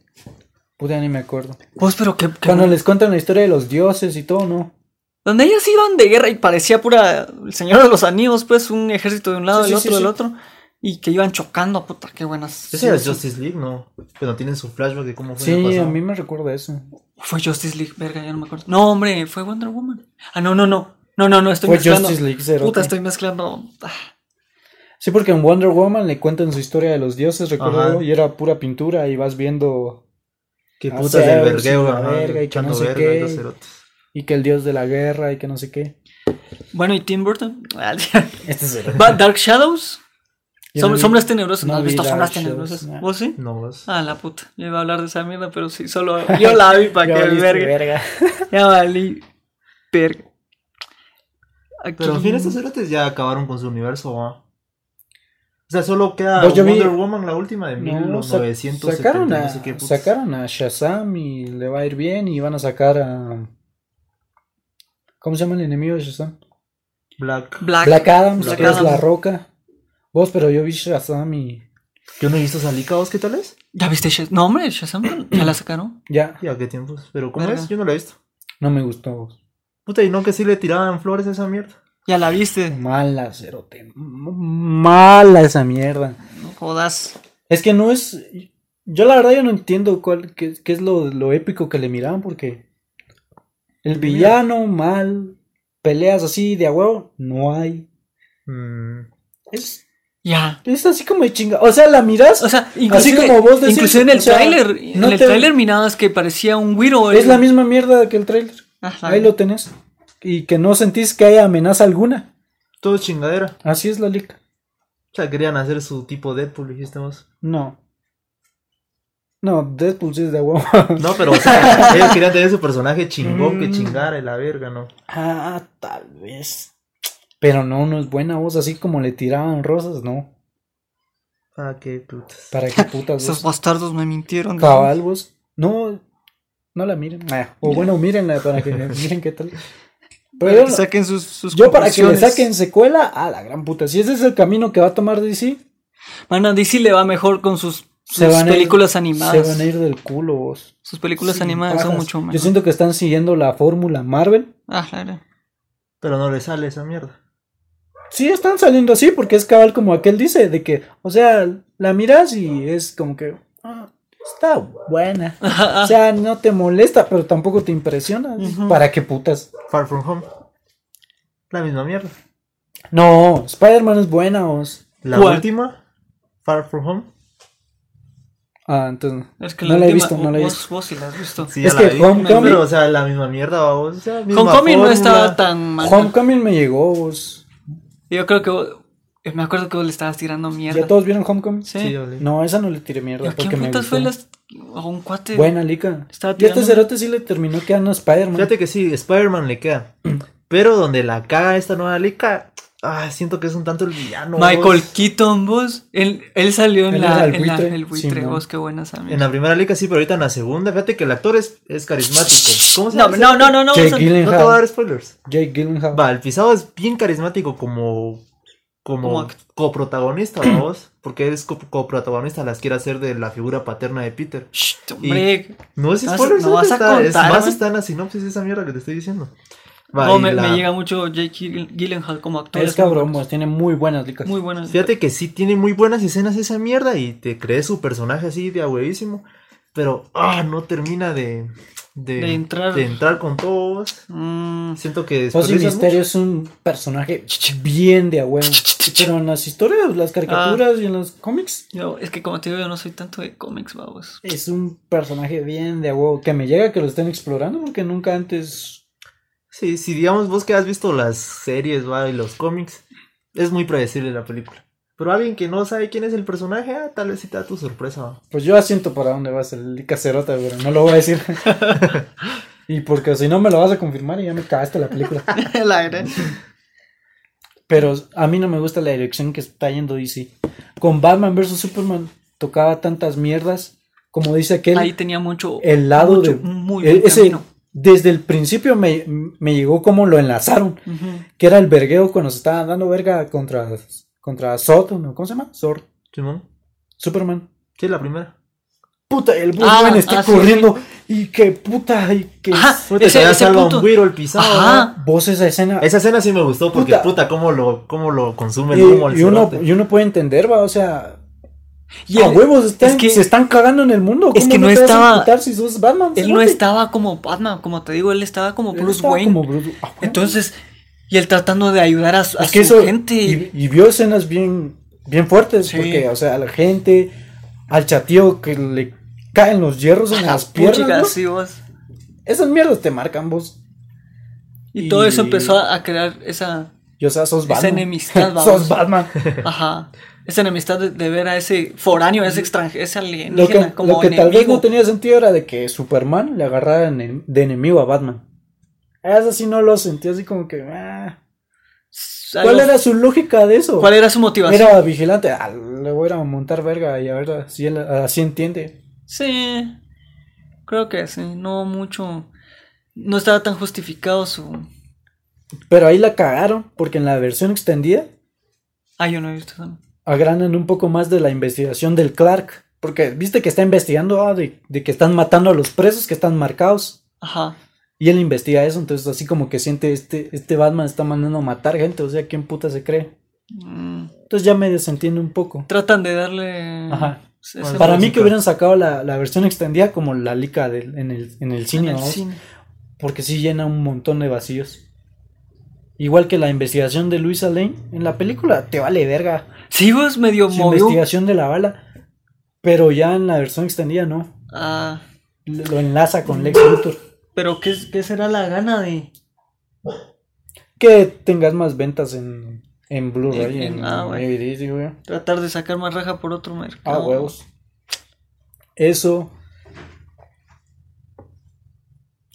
Puta, ni me acuerdo. Pues, pero qué. qué Cuando bueno. les cuentan la historia de los dioses y todo, ¿no? Donde ellas iban de guerra y parecía pura. El Señor de los Anillos, pues, un ejército de un lado, Sí, del sí, otro, sí, del sí. otro. Y que iban chocando, puta, qué buenas. Ese era Justice League, ¿no? Pero tienen su flashback de cómo fue en el Sí, a pasado. mí me recuerda eso. Fue Justice League, verga, ya no me acuerdo. No, hombre, fue Wonder Woman. Ah, no, no, no. No, no, no, estoy Fue mezclando. Justice League cero. Puta, estoy mezclando. Ah, Sí, porque en Wonder Woman le cuentan su historia de los dioses, recuerdo, Ajá. y era pura pintura y vas viendo Qué A putas del Zeus y vergueo, la ajá, verga y que echando no sé Ah, verga qué. y los cerotes. y que el dios de la guerra y que no sé qué. Bueno, ¿y Tim Burton? [LAUGHS] Ah, Este es Va, Dark Shadows. Yo Som- no vi- sombras tenebrosas. no No has vi visto Dark sombras Shadows, tenebrosas. no. ¿Vos sí? No, vos. Ah, la puta. Yo iba a hablar de esa mierda, pero sí, [LAUGHS] solo yo la vi para que verga. Ya valí. Verga. Aquí- Pero al fin estos cerotes ya acabaron con su universo, ¿va? O sea, solo queda Vos, Pues yo vi- Wonder Woman, la última de No, sa- 1970, sacaron, a, no sé qué putas. sacaron a Shazam y le va a ir bien y van a sacar a... ¿Cómo se llama el enemigo de Shazam? Black. Black. Black Adam, Black que es Adam. La Roca. Vos, pero yo vi Shazam y... Yo no he visto Salika, ¿vos qué tal es? ¿Ya viste Shazam? No, hombre, Shazam ya la sacaron. Ya, Ya, qué tiempos. Pero ¿cómo Verga. es? Yo no la he visto. no me gustó. vos. Puta, y no que sí le tiraban flores a esa mierda. Ya la viste. Mala, cerote. m- Mala esa mierda. No jodas. Es que no es. Yo la verdad yo no entiendo cuál qué, qué es lo, lo épico que le miraban porque el villano mal, peleas así de a huevo, no hay. Mm, Es, Ya. es así como de chinga. O sea, la miras, O sea, inclusive, como vos decís, inclusive en o el sea, tráiler, no en el te- tráiler mirabas que parecía un Wiro. es la misma mierda que el trailer. Ahí lo tenés. Y que no sentís que haya amenaza alguna. todo chingadera. Así es la lica. O sea, querían hacer su tipo Deadpool, dijiste vos. No. No, Deadpool sí es de a huevo. [LAUGHS] No, pero o sea, ellos querían tener su personaje chingón Mm. que chingara y la verga, ¿no? Ah, tal vez. Pero no, no es buena voz, así como le tiraban rosas, no. Ah, qué putas. ¿Para [LAUGHS] qué putas Esos vos? bastardos me mintieron. Cabal vos. No, no la miren. Ah, o bueno, mírenla [LAUGHS] para que miren qué tal. Para Pero que saquen sus, sus yo para que le conclusiones. saquen secuela, a la gran puta. Si ese es el camino que va a tomar DC, Mano, DC le va mejor con sus, sus se van a ir- películas Se animadas. van a ir del culo vos. Sus películas Sí, animadas son pajas. mucho Yo mejor. siento que están siguiendo la fórmula Marvel. Ah, la verdad. Pero no le sale esa mierda. Sí, están saliendo así porque es cabal como aquel dice, de que, o sea, la miras y es como que ah, está [LAUGHS] buena. O sea, no te molesta, pero tampoco te impresiona. Ujú. ¿Para qué putas? Far From Home. La misma mierda. No, Spider-Man es buena, vos. La ¿Cuál? última, Far From Home. Ah, entonces. Es que no la he visto, no la he vos- visto. Vos sí la has visto. Sí, Es ya la que vi. Homecoming- Pero, o sea, la misma mierda, vamos. O sea, misma Homecoming no fórmula. estaba tan mal. Homecoming me llegó, vos. Yo creo que vos- eh, me acuerdo que vos le estabas tirando ¿Ya mierda. todos vieron Homecoming? Sí. Sí, yo vi. No, esa no le tiré ¿Y mierda a quién porque me putas gustó. fue las- a un cuate? Buena, Lica. Estaba Y este tirando- cerote sí le terminó quedando a Spider-Man. Fíjate que sí, Spider-Man le queda. Pero donde la caga esta nueva lica, ah, siento que es un tanto el villano. Michael vos. Keaton, vos. Él, él salió en Él la, era el en la- buitre. el buitre, Simón. vos, qué buena esa En mierda. la primera lica sí, pero ahorita en la segunda, fíjate que el actor es, es carismático. ¿Cómo se No, llama? no, no, no, no. vos- Jake No te voy a Gyllenhaal. dar spoilers. Jake Gyllenhaal. Va, el pisado es bien carismático como. Como Como act- coprotagonista, vos. [CLEARS THROAT] Porque él es co- coprotagonista, las quiere hacer de la figura paterna de Peter. Shh, hombre. No es Vas- spoiler, no vas a está, es contar, más man. está en la sinopsis esa mierda que te estoy diciendo. Va, No, y me, la- me llega mucho Jake Gyllen- Gyllenhaal como actor. Es cabrón, vos. Tiene muy buenas licas. Muy buena. Fíjate que sí tiene muy buenas escenas esa mierda y te crees su personaje así de agüevísimo, pero ah, no termina de, de, De entrar. de entrar con todos. Mm, Siento que Fauci desperdician Misterio es un personaje bien de a huevo. Pero en las historias, las Ah. caricaturas y en los cómics, yo- es que como te digo, yo no soy tanto de cómics, [LAUGHS] babos. [LAUGHS] es un personaje bien de a huevo. Que me llega que lo estén explorando porque nunca antes. mucho. Sí, si digamos vos que has visto las series ¿va? y los cómics, es muy predecible la película. Pero alguien que no sabe quién es el personaje, ah, tal vez sí te da tu sorpresa. ¿va? [LAUGHS] Pues yo asiento para dónde va a ser el cacerota, pero no lo voy a decir. Y porque si no me lo vas a confirmar y ya me cagaste la película. la verdad. Pero a mí no me gusta la dirección que está yendo DC. Con Batman vs. Superman tocaba tantas mierdas. Como dice aquel, Ahí tenía mucho. el lado mucho, de... Muy e- buen ese, camino. desde el principio me, me llegó como lo enlazaron. Ujú. Que era el vergueo cuando se estaban dando verga contra, contra Zod, ¿no? ¿Cómo se llama? Zord. Simón. Superman. Sí, la primera. Puta, el Ah, Batman está ah, sí, corriendo. Y que puta, y que... Ajá. Puta, Ese- que ya ese salva punto. un güiro el pisado. Ajá. ¿no? Vos esa escena... Esa escena sí me gustó porque Puta. puta, cómo lo, cómo lo consume Pues y, el humo al y uno, cerote. y uno puede entender, va, o sea... Y a él- huevos, están- es que- se están cagando en el mundo. es ¿cómo que no te vas a estaba- emputar si sos Batman? Él no cerote? estaba como Batman, como te digo, él estaba como Él Bruce estaba Wayne. como Bruce- ah, bueno. Entonces, y él tratando de ayudar a, su- a Es que su eso- gente. Y, y vio escenas bien, bien fuertes, Sí. porque, o sea, a la gente, al chatío que le caen los hierros en las piernas. puchigas, ¿no? sí, vos. Esas mierdas te marcan vos. Y todo eso empezó a a crear esa, Y, o sea, sos esa Batman. enemistad, vamos. [LAUGHS] sos Batman. ajá, esa enemistad de, de ver a ese foráneo, a ese extranjero, ese alienígena lo que, como lo que tal vez enemigo. no tenía sentido era de que Superman le agarrara en- de enemigo a Batman. Ah, Eso sí no lo sentí así como que. ah. ¿Cuál Algo- era su lógica de eso? cuál era su motivación? Era vigilante. Ah, le voy a ir a montar verga y a ver si él así entiende. Sí, creo que sí, no mucho, no estaba tan justificado su... Pero ahí la cagaron porque en la versión extendida Ah, yo no he visto eso. agranan un poco más de la investigación del Clark. Porque viste que está investigando ah, de, de que están matando a los presos que están marcados. Ajá, Y él investiga eso, entonces así como que siente este, este Batman está mandando a matar gente, o sea, ¿quién puta se cree? Mm, Entonces ya me desentiende un poco. tratan de darle... Ajá. ese- Bueno, Para mí música. que hubieran sacado la, la versión extendida como la lica del- en, el, en el cine, en el ¿no? cine. porque sí llena un montón de vacíos. Igual que la investigación de Luisa Lane en la película, te vale verga. Sí, vos medio Su movió. investigación de la bala. Pero ya en la versión extendida no. Ah, Lo enlaza con Lex Luthor. pero ¿qué, es- ¿qué será la gana de...? Que tengas más ventas en, en Blu-ray. En- en- En, ah, güey. DVD, sí, güey. Tratar de sacar más raja por otro mercado. Ah, huevos. Eso.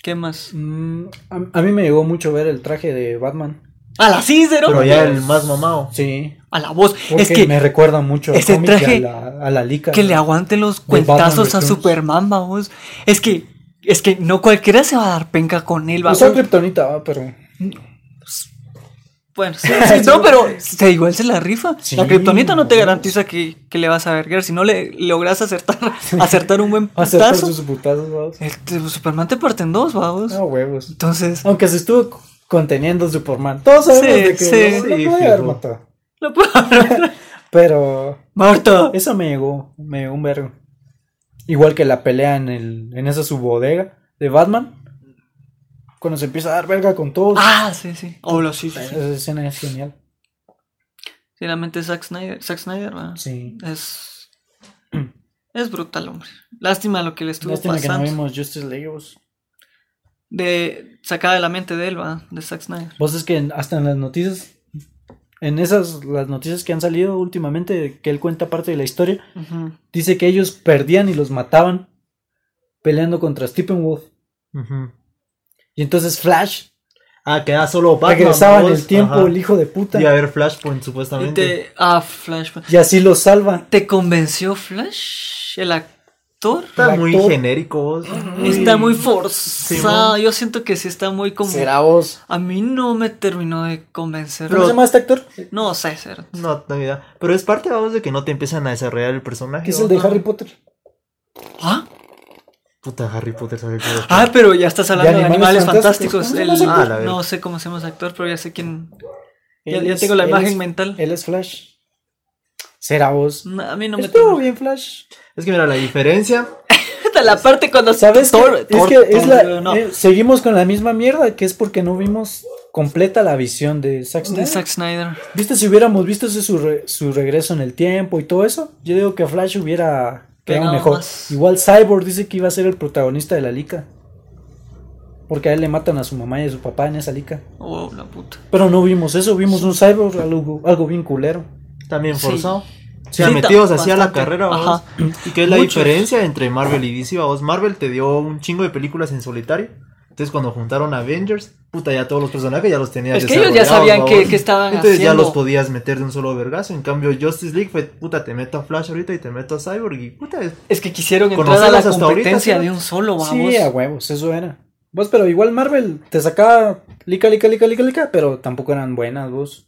¿Qué más? mm, a, a mí me llegó mucho ver el traje de Batman. A la Cícero. Pero ya el más mamado. Sí. A la voz. Porque Es que me recuerda mucho al ese cómic y traje a la, a la lica. que le aguanten los Batman cuentazos a Returns. Superman, vamos. Es que es que no cualquiera se va a dar penca con él, vamos. Usó kriptonita, va, ah, pero. [LAUGHS] Bueno, sí, sí, no, pero se igual se la rifa. Sí, la kriptonita no te huevos. garantiza que, que le vas a verguer. Si no le logras [LAUGHS] acertar, acertar un buen Acertar putazo, sus putazos, vamos. este, Superman te parte en dos, vamos. No, huevos. Entonces, Aunque se estuvo conteniendo Superman. Todos sabemos Sí, de que sí, lo- lo sí, podía fijo. haber matado. [LAUGHS] lo puedo hablar. Pero Marta. eso me llegó, me llegó un vergo. Igual que la pelea en el, en esa su bodega de Batman. Cuando se empieza a dar verga con todos. Ah, sí, sí. Hola, sí, sí, sí. Esa escena es genial. Sí, la mente de Zack Snyder. Zack Snyder, ¿verdad? Sí. Es. Es brutal, hombre. Lástima lo que le estuvo Lástima que no pasando. vimos Justice League. Vos. de sacada de la mente de él, ¿verdad? De Zack Snyder. Vos Pues es que en- hasta en las noticias. En esas, las noticias que han salido últimamente, que él cuenta parte de la historia, Ujú. Dice que ellos perdían y los mataban peleando contra Steppenwolf. Ujú. Y entonces Flash Ah, queda solo Batman. regresaba en vos. el tiempo, Ajá. el hijo de puta. Y a ver Flashpoint, Y supuestamente. te. Ah, Flash. Y así los salva. ¿Te convenció Flash? ¿El actor? Está el muy actor. genérico vos. Está muy Sí, forzado. ¿no? Yo siento que sí está muy como. vos? A mí no me terminó de convencer. ¿Cómo se llama este actor? No sé, ser. No, no idea. Pero es parte, vamos, de que no te empiezan a desarrollar el personaje. Que es el de vos. Harry Potter. ¿Ah? Puta, Harry Potter sale todo. Ah, pero ya estás hablando de animales animales, fantásticos. fantásticos. ¿Cómo se El- llama ese actor? no sé cómo se llama ese actor, pero ya sé quién. Ya, Él ya es- tengo la él imagen es- mental. Él es Flash. Será vos. No, a mí no me Estuvo bien Flash. Es que mira, la diferencia. gusta la parte cuando ¿Sabes? qué? Thor- es Thor- que Thor, es la, no, eh, seguimos con la misma mierda que es porque no vimos completa la visión de Zack de Snyder. Zack Snyder. ¿Viste si hubiéramos visto ese su, re- su regreso en el tiempo y todo eso? Yo digo que Flash hubiera quedado Pegado mejor. más. Igual Cyborg dice que iba a ser el protagonista de la lica. Porque a él le matan a su mamá y a su papá en esa lica. Wow, la puta. Pero no vimos eso, vimos un Cyborg algo, algo bien culero. También Sí. forzado. Sí, Se han metido hacia la bastante. carrera, vamos. Ajá. Y que es la Muchos. diferencia entre Marvel y DC, vamos. Marvel te dio un chingo de películas en solitario. Entonces, cuando juntaron Avengers, puta, ya todos los personajes ya los tenías. Es que ellos ya desarrollados, sabían babón. que, que estaban Entonces ya haciendo. los podías meter de un solo vergazo. En cambio, Justice League fue, puta, te meto a Flash ahorita y te meto a Cyborg y puta, es- es que quisieron entrar a Conocerlos la hasta ahorita, competencia ¿sí? de un solo, vamos. Sí, a huevos, eso era. Vos, pero igual Marvel te sacaba lica, lica, lica, lica, lica, pero tampoco eran buenas, vos.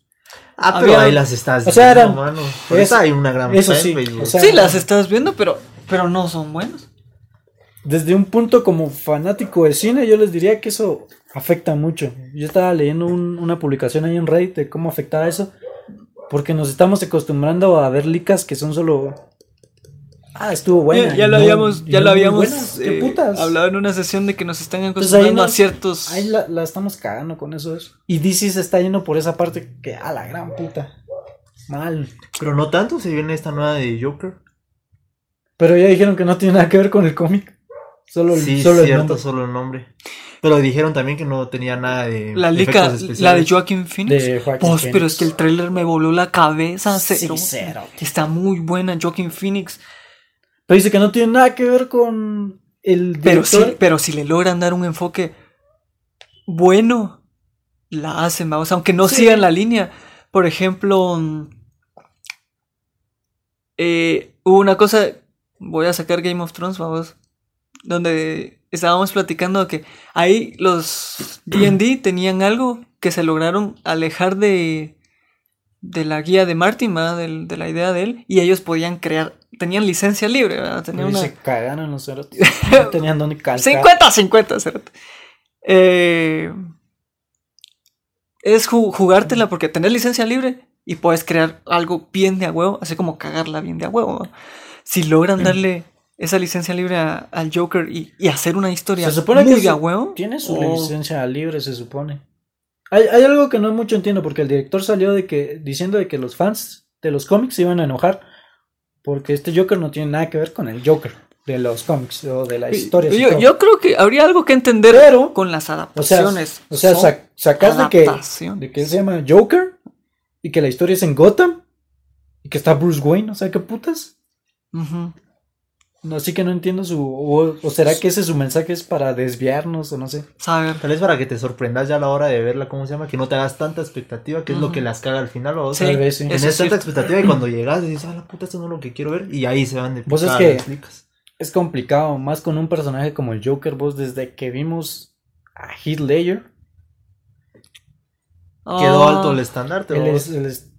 Ah, pero Había- ahí las estás o sea, viendo, eran- mano. Ahorita eso- hay una gran eso fan sí, base, o sea- sí, las estás viendo, pero, pero no son buenos. Desde un punto como fanático del cine, yo les diría que eso afecta mucho. Yo estaba leyendo un- una publicación ahí en Reddit de cómo afectaba eso, porque nos estamos acostumbrando a ver licas que son solo... Ah, estuvo buena. ya, ya y lo no- habíamos, y ya no lo muy habíamos buenas, ¿Qué eh, putas? hablado en una sesión de que nos están Entonces, ahí acostumbrando no- a ciertos. Ahí la, la estamos cagando con eso. es. Y DC se está yendo por esa parte que a la gran puta. Mal. Pero no tanto, se viene esta nueva de Joker. Pero ya dijeron que no tiene nada que ver con el cómic. Solo, el- Sí, solo el cierto, nombre. solo el nombre. Pero dijeron también que no tenía nada de. La lica, efectos la de especiales. Joaquin Phoenix. De Joaquin Vos, pero Phoenix. es que el tráiler me voló la cabeza, Sí, cero. cero. Está muy buena Joaquin Phoenix. Pero dice que no tiene nada que ver con el Pero sí, director. pero si le logran dar un enfoque bueno, la hacen, vamos, aunque no Sí. sigan la línea. Por ejemplo, mm, eh, hubo una cosa, voy a sacar Game of Thrones, vamos, donde estábamos platicando que ahí los [CLEARS THROAT] D&D tenían algo que se lograron alejar de, de la guía de Martin, ¿verdad? Del- de la idea de él, y ellos podían crear, tenían licencia libre, ¿verdad? Tenían Y una- se cagaron los cerotes. [LAUGHS] No tenían dónde calcar. 50-50, cerote. Eh, es ju- jugártela porque tenés licencia libre y puedes crear algo bien de a huevo, así como cagarla bien de a huevo. ¿no? Si Mm. logran darle esa licencia libre a- al Joker y, y hacer una historia Se supone que muy de a se- huevo, Tiene su Oh. licencia libre, se supone. Hay, hay algo que no mucho entiendo, porque el director salió de que, diciendo de que los fans de los cómics se iban a enojar, porque este Joker no tiene nada que ver con el Joker de los cómics o de la historia. yo, yo creo que habría algo que entender Pero- con las o sea, adaptaciones. o sea Son sac- sacas de que, adaptaciones. de que él se llama Joker y que la historia es en Gotham y que está Bruce Wayne, o sea, qué putas. Ujú. No, así que no entiendo su. O, o será que ese su mensaje es para desviarnos o no sé. Saber. Tal vez para que te sorprendas ya a la hora de verla, ¿cómo se llama? Que no te hagas tanta expectativa, que es lo Ujú. que las caga al final. O Sí, sea, tal vez sí. eso tenés es tanta cierto. expectativa y cuando llegas dices, ah, la puta, esto no es lo que quiero ver. Y ahí se van de Vos Pues es picada que- las licas. es complicado, más con un personaje como el Joker, vos desde que vimos a Heath Ledger, Quedó Ah, alto el estandarte. él vos. es, él es-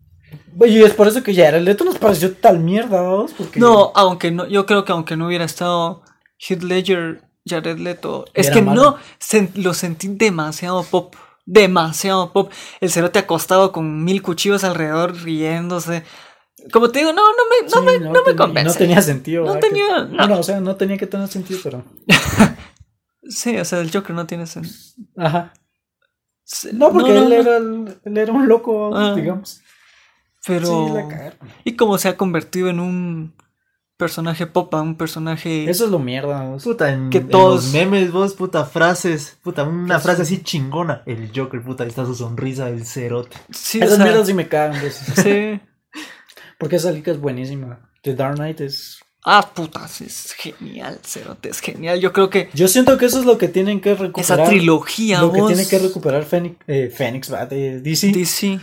Güey, y es por eso que ya era el Leto nos pareció tal mierda, vamos, porque No, aunque no, yo creo que aunque no hubiera estado Heath Ledger, Jared Leto, es Era que malo. no, sen- lo sentí demasiado pop, demasiado pop. El cerote acostado con mil cuchillos alrededor riéndose. Como te digo, no, no me, no sí, me, no me ten- convence. No tenía sentido. No ¿verdad? Que- tenía- no. Bueno, o sea, no tenía que tener sentido, pero. Sí, o sea, el Joker no tiene sen- Ajá. se- No, porque él, no. Era el- él era un loco, vamos, Ah, digamos. Pero. Sí, la cagaron. y como se ha convertido en un personaje pop, a un personaje. Eso es lo mierda, vamos. Puta, en, Que en todos- los memes, vos, puta, frases, puta, una frase así chingona. El Joker, puta, ahí está su sonrisa, el cerote. sí, o Esas sea, mierdas sí me cagan, pues. sí. Porque esa lica es buenísima. The Dark Knight es Ah, putas, es genial, cerote, es genial. Yo creo que. Yo siento que eso es lo que tienen que recuperar. Esa trilogía, Lo que vos. tiene que recuperar Fénix, eh, Fénix va, de DC. DC.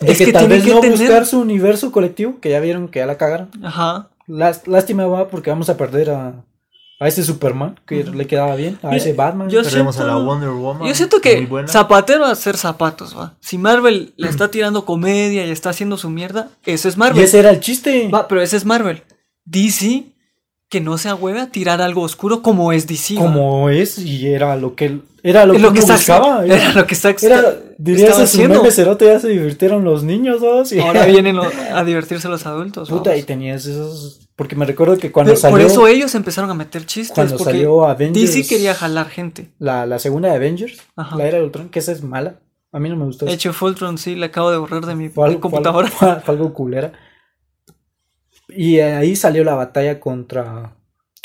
De Es que, que tal tiene vez que no tener- buscar su universo colectivo, que ya vieron que ya la cagaron. Ajá. Lás- lástima va porque vamos a perder a, a ese Superman, que le quedaba bien, a Mira, ese Batman. yo- Perdemos siento- a la Wonder Woman. Yo siento muy que buena. Zapatero a hacer zapatos, va. Si Marvel le está tirando comedia y está haciendo su mierda, eso es Mm. y Marvel. ese era el chiste. Va, pero ese es Marvel. DC, que no se ahueve a tirar algo oscuro como es DC. va. como es, y era lo que era lo es que, lo que uno está [LAUGHS] buscaba. haciendo. Era Era, lo que está, era- dirías estaba a su haciendo. meme cerote, ya se divirtieron los niños dos. Y [LAUGHS] Ahora vienen lo- a divertirse los adultos. va. [LAUGHS] Puta, y tenías esos. Porque me recuerdo que cuando Pero salió. por eso ellos empezaron a meter chistes. Cuando porque salió Avengers. DC quería jalar gente. la, la segunda de Avengers, Ajá. la era de Ultron, que esa es mala. A mí no me gustó. De esa. hecho, Fultron sí le acabo de borrar de mi Fue algo- computadora. Fue algo, [LAUGHS] fue algo culera. Y ahí salió la batalla contra.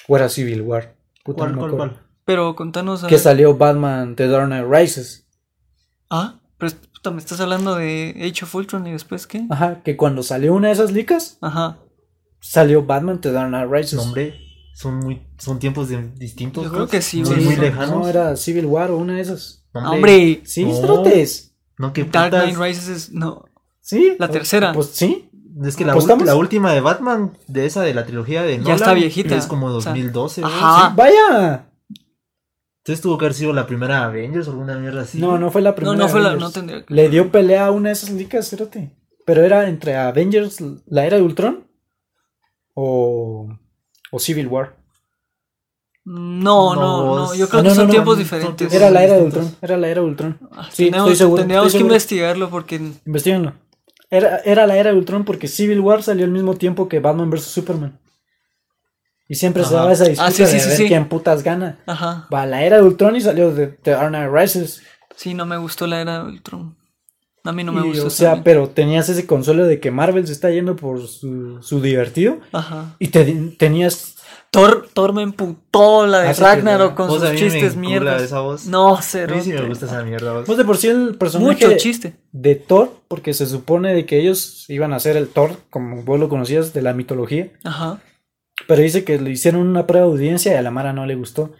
¿O era Civil War? Puta, ¿Cuál, no me cuál, acuerdo. cuál? Pero contanos. a Que ver. salió Batman The Dark Knight Rises. Ah, pero puta, me estás hablando de Age of Ultron y después qué? Ajá, que cuando salió una de esas licas, Ajá. salió Batman The Dark Knight Rises. Nombre. Son muy son tiempos de- distintos. Yo creo que sí, Muy, güey. muy Sí. lejanos. No, era Civil War o una de esas. Ah, Hombre, Sí, No. trotes. No, que Dark putas. Knight Rises es. No. Sí. La tercera. Pues sí. Es que la, Pues ul- estamos- la última de Batman, de esa de la trilogía de Ya Nolan, está viejita. es como O sea, 2012. ¿no? ajá. Ah. Vaya. Entonces tuvo que haber sido la primera Avengers o alguna mierda así. No, no fue la No, primera. no fue la. Avengers. No tendría. Le dio pelea a una de esas licas, espérate. Pero era entre Avengers, la era de Ultron o, o Civil War. No, no, no. Yo creo Ah, que no, son no, no, tiempos no, diferentes. son Era la era de distintos. Ultron, era la era de Ultron. Pues Ah, Sí, tenemos estoy seguro, tenemos estoy que seguro. investigarlo porque. Investíguenlo. Era, era la era de Ultron porque Civil War salió al mismo tiempo que Batman vs Superman. Y siempre se Ajá. daba esa disputa Ah, sí, sí, de sí, ver sí. quién putas gana. Ajá. Va la era de Ultron y salió de The Dark Knight Rises. Sí, no me gustó la era de Ultron. A mí no me Y, gustó. o sea, también. pero tenías ese consuelo de que Marvel se está yendo por su, su divertido. Ajá. Y te, tenías Thor, Thor me emputó la de Así Ah, que, Ragnarok ya. con Vos sus a mí me chistes encula mierdas. esa voz. No, ah. A cero. mí sí me gusta esa mierda. vos. Pues de por sí el personaje Mucho chiste. de Thor, porque se supone de que ellos iban a hacer el Thor, como vos lo conocías, de la mitología, Ajá. pero dice que le hicieron una prueba de audiencia y a la Mara no le gustó.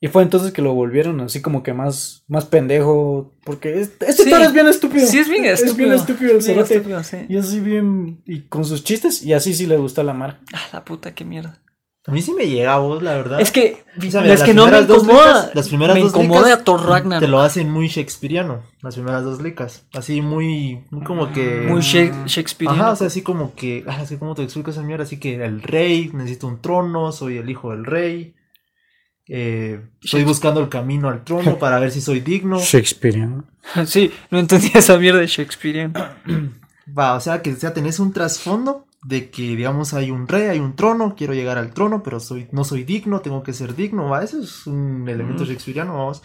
Y fue entonces que lo volvieron así como que más, más pendejo, porque es- este Sí. Thor es bien estúpido. Sí, es bien estúpido. Es bien estúpido el Sí, cerote. estúpido, sí. Y así bien, y con sus chistes, y así sí le gustó a la Mara. Ah, la puta, qué mierda. A mí sí me llega a vos, la verdad. Es que, O sea, es las que no me primeras dos incomoda. licas- las primeras me dos incomoda licas Thor Te Ragnarok. lo hacen muy shakespeariano, las primeras dos licas. Así muy, muy como que... Muy Shake- Shakespeareano. Ajá, o sea, así como que... ah, es que cómo te explico esa mierda. Así que el rey, necesito un trono, soy el hijo del rey. eh, estoy Shakespeare. buscando el camino al trono para ver si soy digno. Shakespeare. ¿no? [LAUGHS] sí, no entendía esa mierda de Shakespeareano. Va, o sea, que o sea, tenés un trasfondo de que, digamos, hay un rey, hay un trono, quiero llegar al trono, pero soy, no soy digno, tengo que ser digno, va, eso es un elemento Mm. shakespeariano, vamos.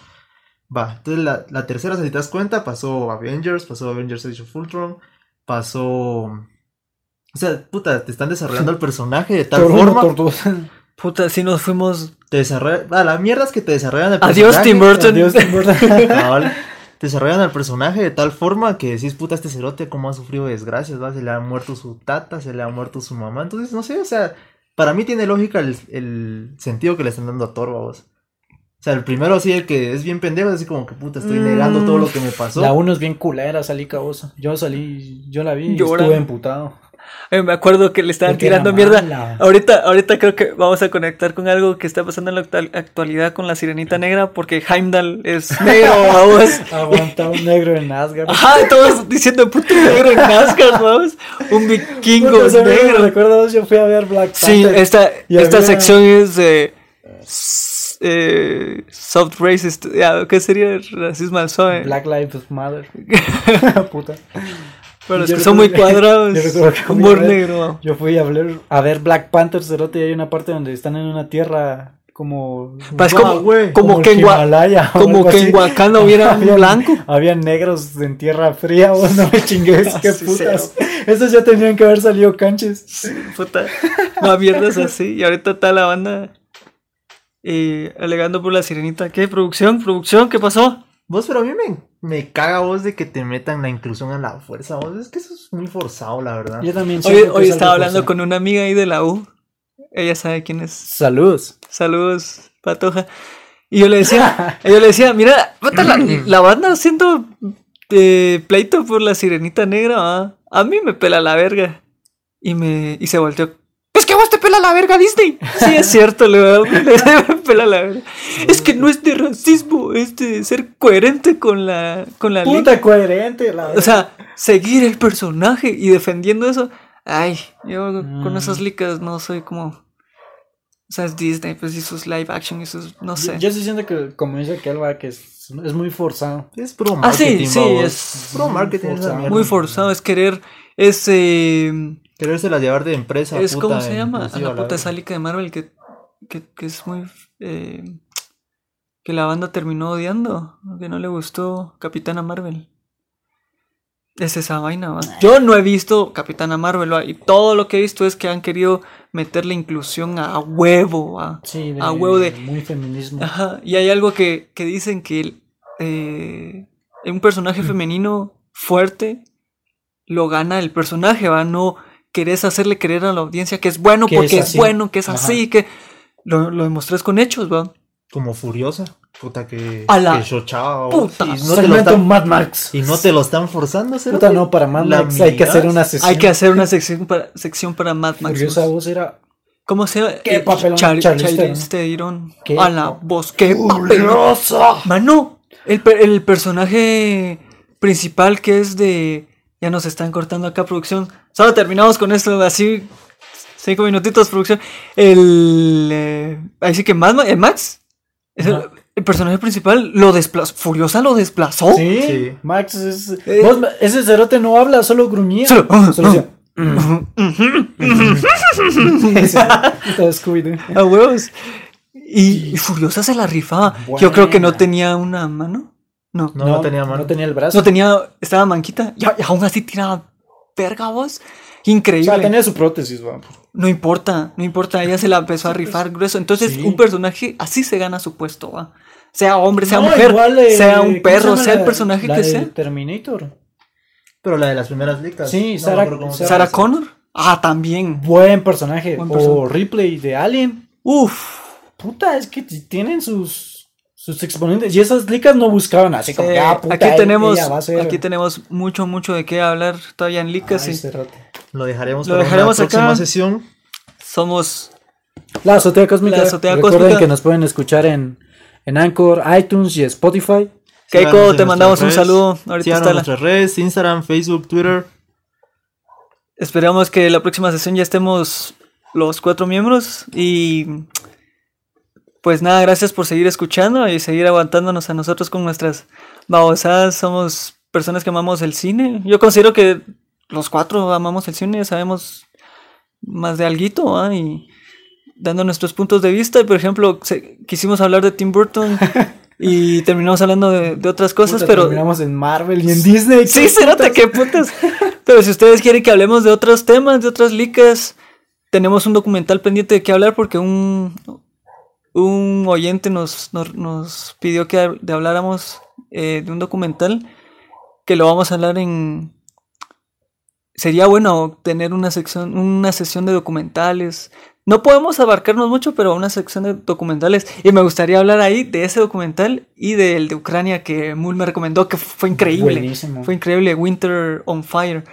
Va, entonces la, la tercera, si te das cuenta, pasó Avengers, pasó Avengers Age of Ultron, pasó... O sea, puta, te están desarrollando el personaje de tal Thor uno, forma. Thor dos. Puta, si nos fuimos. Te desarrollan... Ah, la mierda es que te desarrollan el personaje. Adiós, Tim Burton. Adiós, Tim Burton. [LAUGHS] cabal, Desarrollan al personaje de tal forma que decís, puta, este cerote cómo ha sufrido desgracias, ¿va? Se le ha muerto su tata, se le ha muerto su mamá. Entonces, no sé, o sea, para mí tiene lógica el, el sentido que le están dando a Thor, vos. O sea, el primero así, el que es bien pendejo, así como que, puta, estoy Mm. negando todo lo que me pasó. La 1 es bien culera, salí cabosa. Yo salí, yo la vi y Llora. estuve emputado. Eh, me acuerdo que le estaban Porque tirando era mierda. mala. Ahorita, ahorita creo que vamos a conectar con algo que está pasando en la actual- actualidad con la sirenita negra, porque Heimdall [LAUGHS] es negro, vamos. Aguanta un negro en Asgard. Ajá, todos diciendo puto negro en Asgard, vamos. Un vikingo Puta, se me negro. recuerda, yo fui a ver Black Sí, Panther. esta, Y esta había- sección es de. s- eh, soft racist. ya, ¿Qué sería racismo al suave? Black Lives Matter. [LAUGHS] Puta. Pero es Yo que son muy recuerdo- cuadrados. yo recuerdo que eh, fui a Humor ver- negro. vamos. Yo fui a ver, a ver Black Panther, cerote, y hay una parte donde están en una tierra como... Pa, es Guau, Pues, como, güey, como el que en Gua- Himalaya o como algo que en así. Wakanda hubiera un Había- blanco. Había negros en tierra fría, vos no me [LAUGHS] chingues, qué Sí, putas. Esos ya tenían que haber salido canches. Puta, no mierdas así. Y ahorita está la banda eh, alegando por la sirenita. ¿Qué? ¿Producción? ¿Producción? ¿Qué pasó? Vos, pero a mí me, me caga vos de que te metan la inclusión a la fuerza, vos. Es que eso es muy forzado, la verdad. Yo también Hoy, siento que hoy es estaba algo hablando forzado. con una amiga ahí de la U. Ella sabe quién es. Saludos. Saludos, Patoja. Y yo le decía, yo le decía, mira, puta, la, la banda haciendo eh, pleito por la sirenita negra, ¿va? a mí me pela la verga. Y me y se volteó. Es que a vos te pela la verga Disney. Sí, es cierto, le digo, [LAUGHS] me pela la verga. Es que no es de racismo, es de ser coherente con la con la liga. Puta coherente, la O sea, seguir el personaje y defendiendo eso. Ay, yo con Mm. esas licas no soy como. O sea, es Disney, pues y sus live action y sus. No sé. Yo, yo sí siento que, como dice aquel, va, que es, es muy forzado. Es pro Ah, sí, marketing, sí, va, vos. es pro marketing. esa forzado. mierda. Muy forzado, es querer. Es. eh, Querérselas llevar de empresa, es puta, ¿Cómo se llama? A inclusiva, la puta verga. esa lica de Marvel que, que, que es muy. eh, que la banda terminó odiando. Que no le gustó Capitana Marvel. Es esa vaina, ¿va? Yo no he visto Capitana Marvel, ¿va? y todo lo que he visto es que han querido meter la inclusión a huevo, ¿va? Sí, A huevo de- Ah, Muy feminismo. Ajá, y hay algo que, que dicen que el, eh, un personaje femenino fuerte lo gana el personaje, ¿va? No querés hacerle creer a la audiencia que es bueno Que es porque es, así. bueno, que es Ajá. así, que lo, lo demostrás con hechos, ¿va? Como furiosa. Puta que. A la que chochao. puta. Y no, te lo Segmento están, Mad Max. y no te lo están forzando, cerote. Puta, no, para Mad La Max hay que miras. hacer una sesión. Hay que hacer una sección para, sección para Mad Max. Porque esa voz era. ¿Cómo se llama? Eh, Qué papelón, Char- Charlize Charlize Theron. Qué A la pa- voz, qué papelón. ¡Peligrosa! Mano, el, per- el personaje principal que es de. Ya nos están cortando acá, producción. Solo terminamos con esto, así. Cinco minutitos, producción. El. eh, ahí sí que más, el Max. es el, Ajá. el personaje principal lo desplazó. Furiosa lo desplazó. Sí, Sí. Max es. Eh. vos, ese cerote no habla, solo gruñía. Solo- [LAUGHS] Solo decía, Sí, Todo Scooby-Doo. [LAUGHS] A huevos. Y, y Furiosa se la rifaba. Yo creo que no Buena. tenía una mano. No. No, no, tenía mano. No tenía el brazo. No tenía. Estaba manquita. Y, a- y aún así tiraba verga vos. o Increíble. sea, tenía su prótesis, va. No importa, no importa, ella se la empezó a rifar grueso. Entonces, pues, Sí. un personaje así se gana su puesto, va. Sea hombre, sea No, mujer, igual, eh, sea un ¿cómo perro, se llama sea el la- personaje la que de sea. Terminator. Pero la de las primeras licas. Sí, No, Sarah- me acuerdo cómo se Sarah llama. Connor. Ah, también. Buen personaje. Buen o personaje. Ripley de Alien. Uf. Puta, es que t- tienen sus, sus exponentes. Y esas licas no buscaban así como. Eh, que, ah, puta, aquí ella tenemos va a ser- aquí tenemos mucho mucho de qué hablar todavía en Ay, este Licas y cerote. Lo dejaremos Lo para dejaremos una acá. próxima sesión. somos La azotea cósmica. La azotea Recuerden cósmica. que nos pueden escuchar en, en Anchor, iTunes y Spotify. Keiko, Síganos en te nuestras mandamos un redes. saludo. Ahorita Síganos está en la- nuestras redes, Instagram, Facebook, Twitter. Esperamos que la próxima sesión ya estemos los cuatro miembros y pues nada, gracias por seguir escuchando y seguir aguantándonos a nosotros con nuestras babosadas. Somos personas que amamos el cine. Yo considero que los cuatro amamos el cine, sabemos más de alguito ¿va? y dando nuestros puntos de vista. Por ejemplo, se- quisimos hablar de Tim Burton [LAUGHS] y terminamos hablando de, de otras cosas, Puta, pero Terminamos en Marvel y en Disney. Sí, cerote, qué putas. Pero si ustedes quieren que hablemos de otros temas, de otras licas, tenemos un documental pendiente de qué hablar porque un, un oyente nos, nos, nos pidió que hab- de habláramos eh, de un documental que lo vamos a hablar en... Sería bueno tener una sección, una sesión de documentales. No podemos abarcarnos mucho, pero una sección de documentales. Y me gustaría hablar ahí de ese documental y del de Ucrania que Mul me recomendó, que fue increíble. Buenísimo. Fue increíble, Winter on Fire.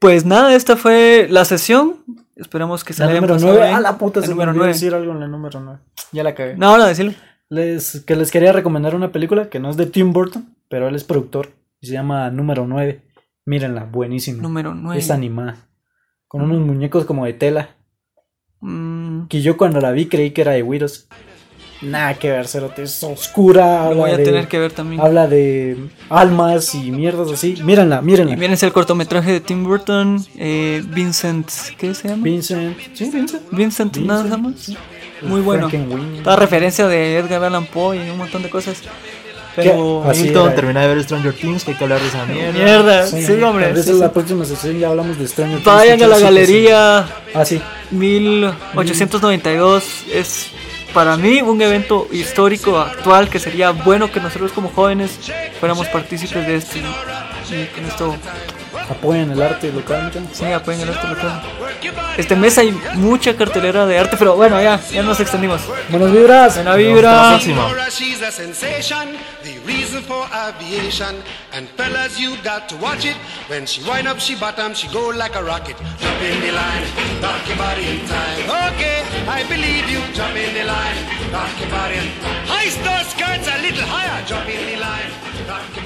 Pues nada, esta fue la sesión. Esperamos que se La la hayan número pasado 9. bien. Ah, la puta, La se me número olvidó nueve. decir algo en la número 9. Ya la cagué. No, ahora decirlo. Les, que les quería recomendar una película que no es de Tim Burton, pero él es productor. Y se llama Número 9. Mírenla, buenísima. Número 9. Es animada. Con unos muñecos como de tela. Mm, Que yo cuando la vi creí que era de Widows. Nada que ver, cerote. Es oscura. lo Habla, voy a de, tener que ver también. habla de almas y mierdas así. Mírenla, mírenla. Y viene el cortometraje de Tim Burton, eh, Vincent, ¿qué se llama? Vincent. Sí, Vincent. Vincent, nada Vincent, más. Muy bueno. Frankenweenie. Toda referencia de Edgar Allan Poe y un montón de cosas. ¿Qué? Pero... Así Milton, era. termina de ver Stranger Things, que hay que hablar de esa mierda. Mierda, sí, Ah, Sí, hombre. Tal vez sí, en la sí. próxima sesión ya hablamos de Stranger Things. Vayan a la Sí, sí, sí. galería. Ah, sí. 1892 es para mí un evento histórico actual que sería bueno que nosotros como jóvenes fuéramos partícipes de esto y- y con esto Apoyen el arte local. muchachos. sí apoyen el arte local. Este mes hay mucha cartelera de arte, pero bueno, ya, ya nos extendimos. Buenas vibras. Buena Hasta la vibra. próxima. Nora, she's a sensation, the reason for aviation. And fellas, you got to watch it. When she wind up, she bottom, she go like a rocket. Jump in the line, rock your body in time. Okay, I believe you. Jump in the line, rock your body. In. Heist those skirts a little higher. Jump in the line, rock your